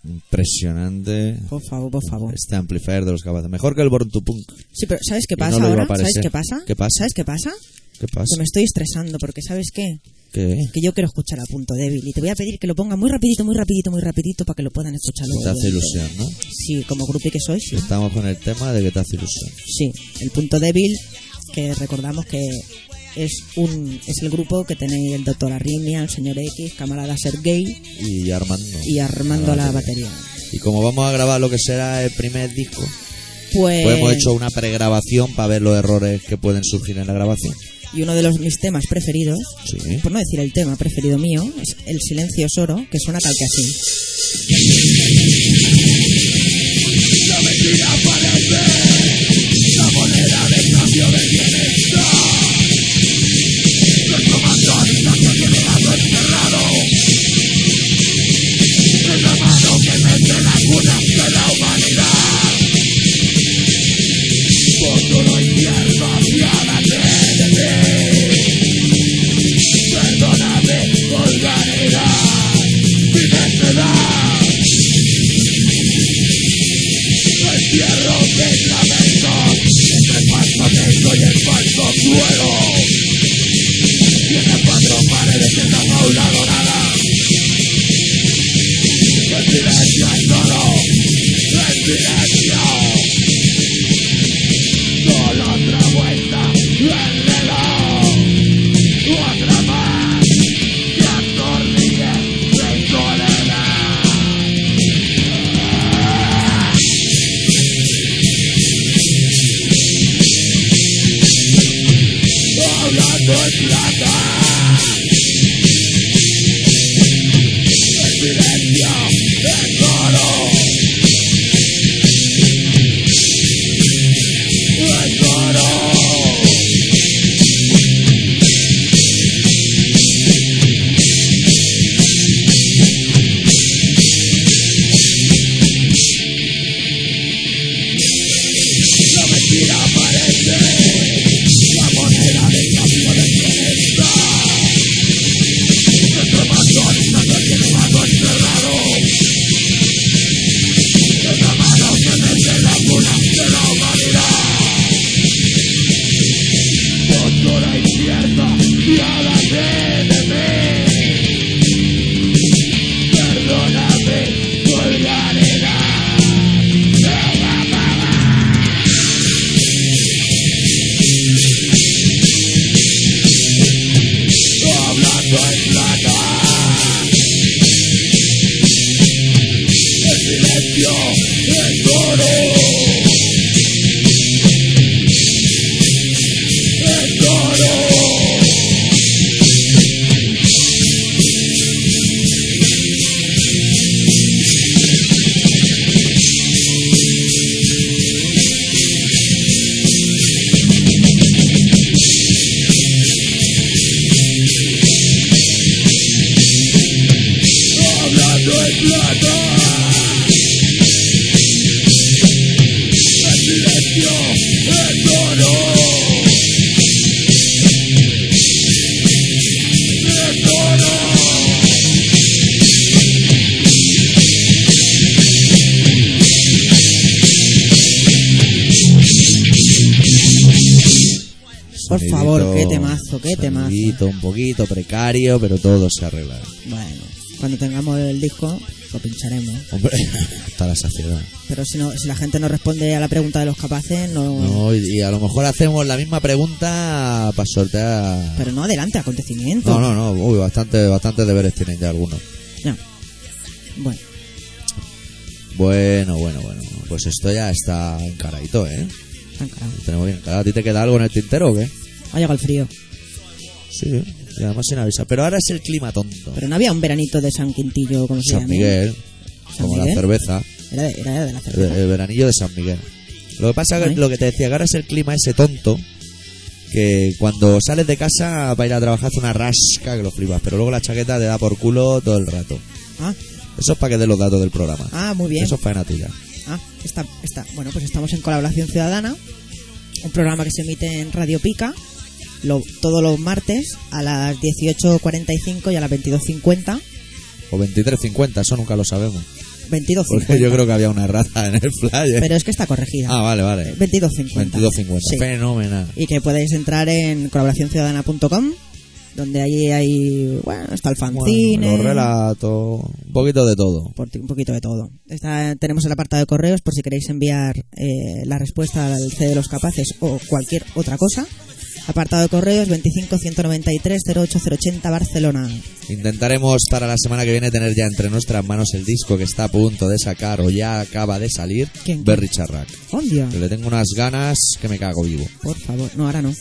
Impresionante.
Por favor, por favor.
Este amplifier de los capaces. Mejor que el Born to Punk.
Sí, pero ¿sabes qué
Y no
pasa
lo iba a
ahora?
aparecer.
¿Sabes qué pasa?
¿Qué pasa?
¿Sabes qué pasa?
¿Qué
Que
pasa?
me estoy estresando porque ¿sabes qué?
¿Qué?
Que yo quiero escuchar a punto débil y te voy a pedir que lo ponga muy rapidito, muy rapidito, muy rapidito para que lo puedan escuchar luego.
Te hace
obviamente.
ilusión, ¿no?
Sí, como grupo que soy, sí.
Estamos con el tema de que te hace ilusión.
Sí, el punto débil que recordamos que es un es el grupo que tenéis el doctor Arrimia, el señor X, camarada Sergei
Y Armando.
y Armando
Ah,
la
vale.
batería.
Y como vamos a grabar lo que será el primer disco,
Pues,
pues hemos hecho una pregrabación para ver los errores que pueden surgir en la grabación.
y uno de los mis temas preferidos,
Sí.
por no decir el tema preferido mío, es El silencio es oro, que suena tal que así.
La mentira parece la moneda de cambio de quien está.
Por
Sonidito-
favor, qué temazo, qué temazo.
sonidito un poquito precario, pero todo se arregla.
Bueno, cuando tengamos el disco, lo pincharemos.
Hombre, hasta la saciedad.
Pero si, no, si la gente no responde a la pregunta de los capaces, no.
No, y y a lo mejor hacemos la misma pregunta para sortear.
Pero no adelante, acontecimiento.
No, no, no. Uy, bastante, bastantes deberes tienen ya algunos.
No. Bueno,
Bueno, bueno, bueno. Pues esto ya está encaradito, ¿eh?
tan caro.
Lo tenemos bien encarado. ¿A ti te queda algo en el tintero o qué?
Ha llegado el frío.
Sí, y además sin avisar. Pero ahora es el clima tonto.
Pero no había un veranito de San Quintillo, como se
San
llama.
Miguel,
San
como la
Miguel.
cerveza.
Era de, era de la
El,
cerveza.
el veranillo de San Miguel. Lo que pasa
Ay.
que lo que te decía, que ahora es el clima ese tonto. Que cuando sales de casa para ir a trabajar hace una rasca que lo flipas, pero luego la chaqueta te da por culo todo el rato.
Ah,
Eso es para que dé los datos del programa.
ah, muy bien.
Eso es faena tuya.
Ah, está, está. Bueno, pues estamos en Colaboración Ciudadana, un programa que se emite en Radio Pica lo- todos los martes a las 18.45 y a las 22.50.
O 23.50, eso nunca lo sabemos.
22.50.
Porque yo creo que había una rata en el flyer.
Pero es que está corregida.
Ah, vale, vale.
22.50.
22.50.
Sí.
Fenomenal.
Y que podéis entrar en colaboracionciudadana.com, donde allí hay. Bueno, está el fanzine.
Bueno, los relatos, un poquito de todo.
por ti- un poquito de todo. Está, tenemos el apartado de correos por si queréis enviar eh, la respuesta al C de los capaces o cualquier otra cosa. Apartado de correos 25 193 08080 Barcelona.
Intentaremos para la semana que viene tener ya entre nuestras manos el disco que está a punto de sacar o ya acaba de salir,
¿Quién?
Berry Charrac.
¡Oh, Dios!
Que le tengo unas ganas que me cago vivo.
Por favor, no, ahora no.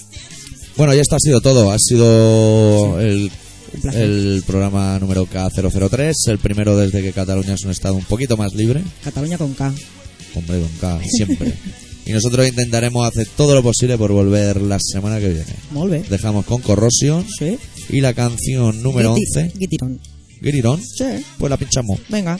Bueno, y esto ha sido todo. Ha sido el,
Un placer.
el programa número K003, el primero desde que Cataluña es un estado un poquito más libre.
Cataluña con K.
Hombre, con K, siempre. y nosotros intentaremos hacer todo lo posible por volver la semana que viene.
Molt bé.
Dejamos con Corrosion
Sí.
y la canción número
Guiti-
11,
Guitirón.
Girirón,
Sí.
pues la pinchamos.
Venga.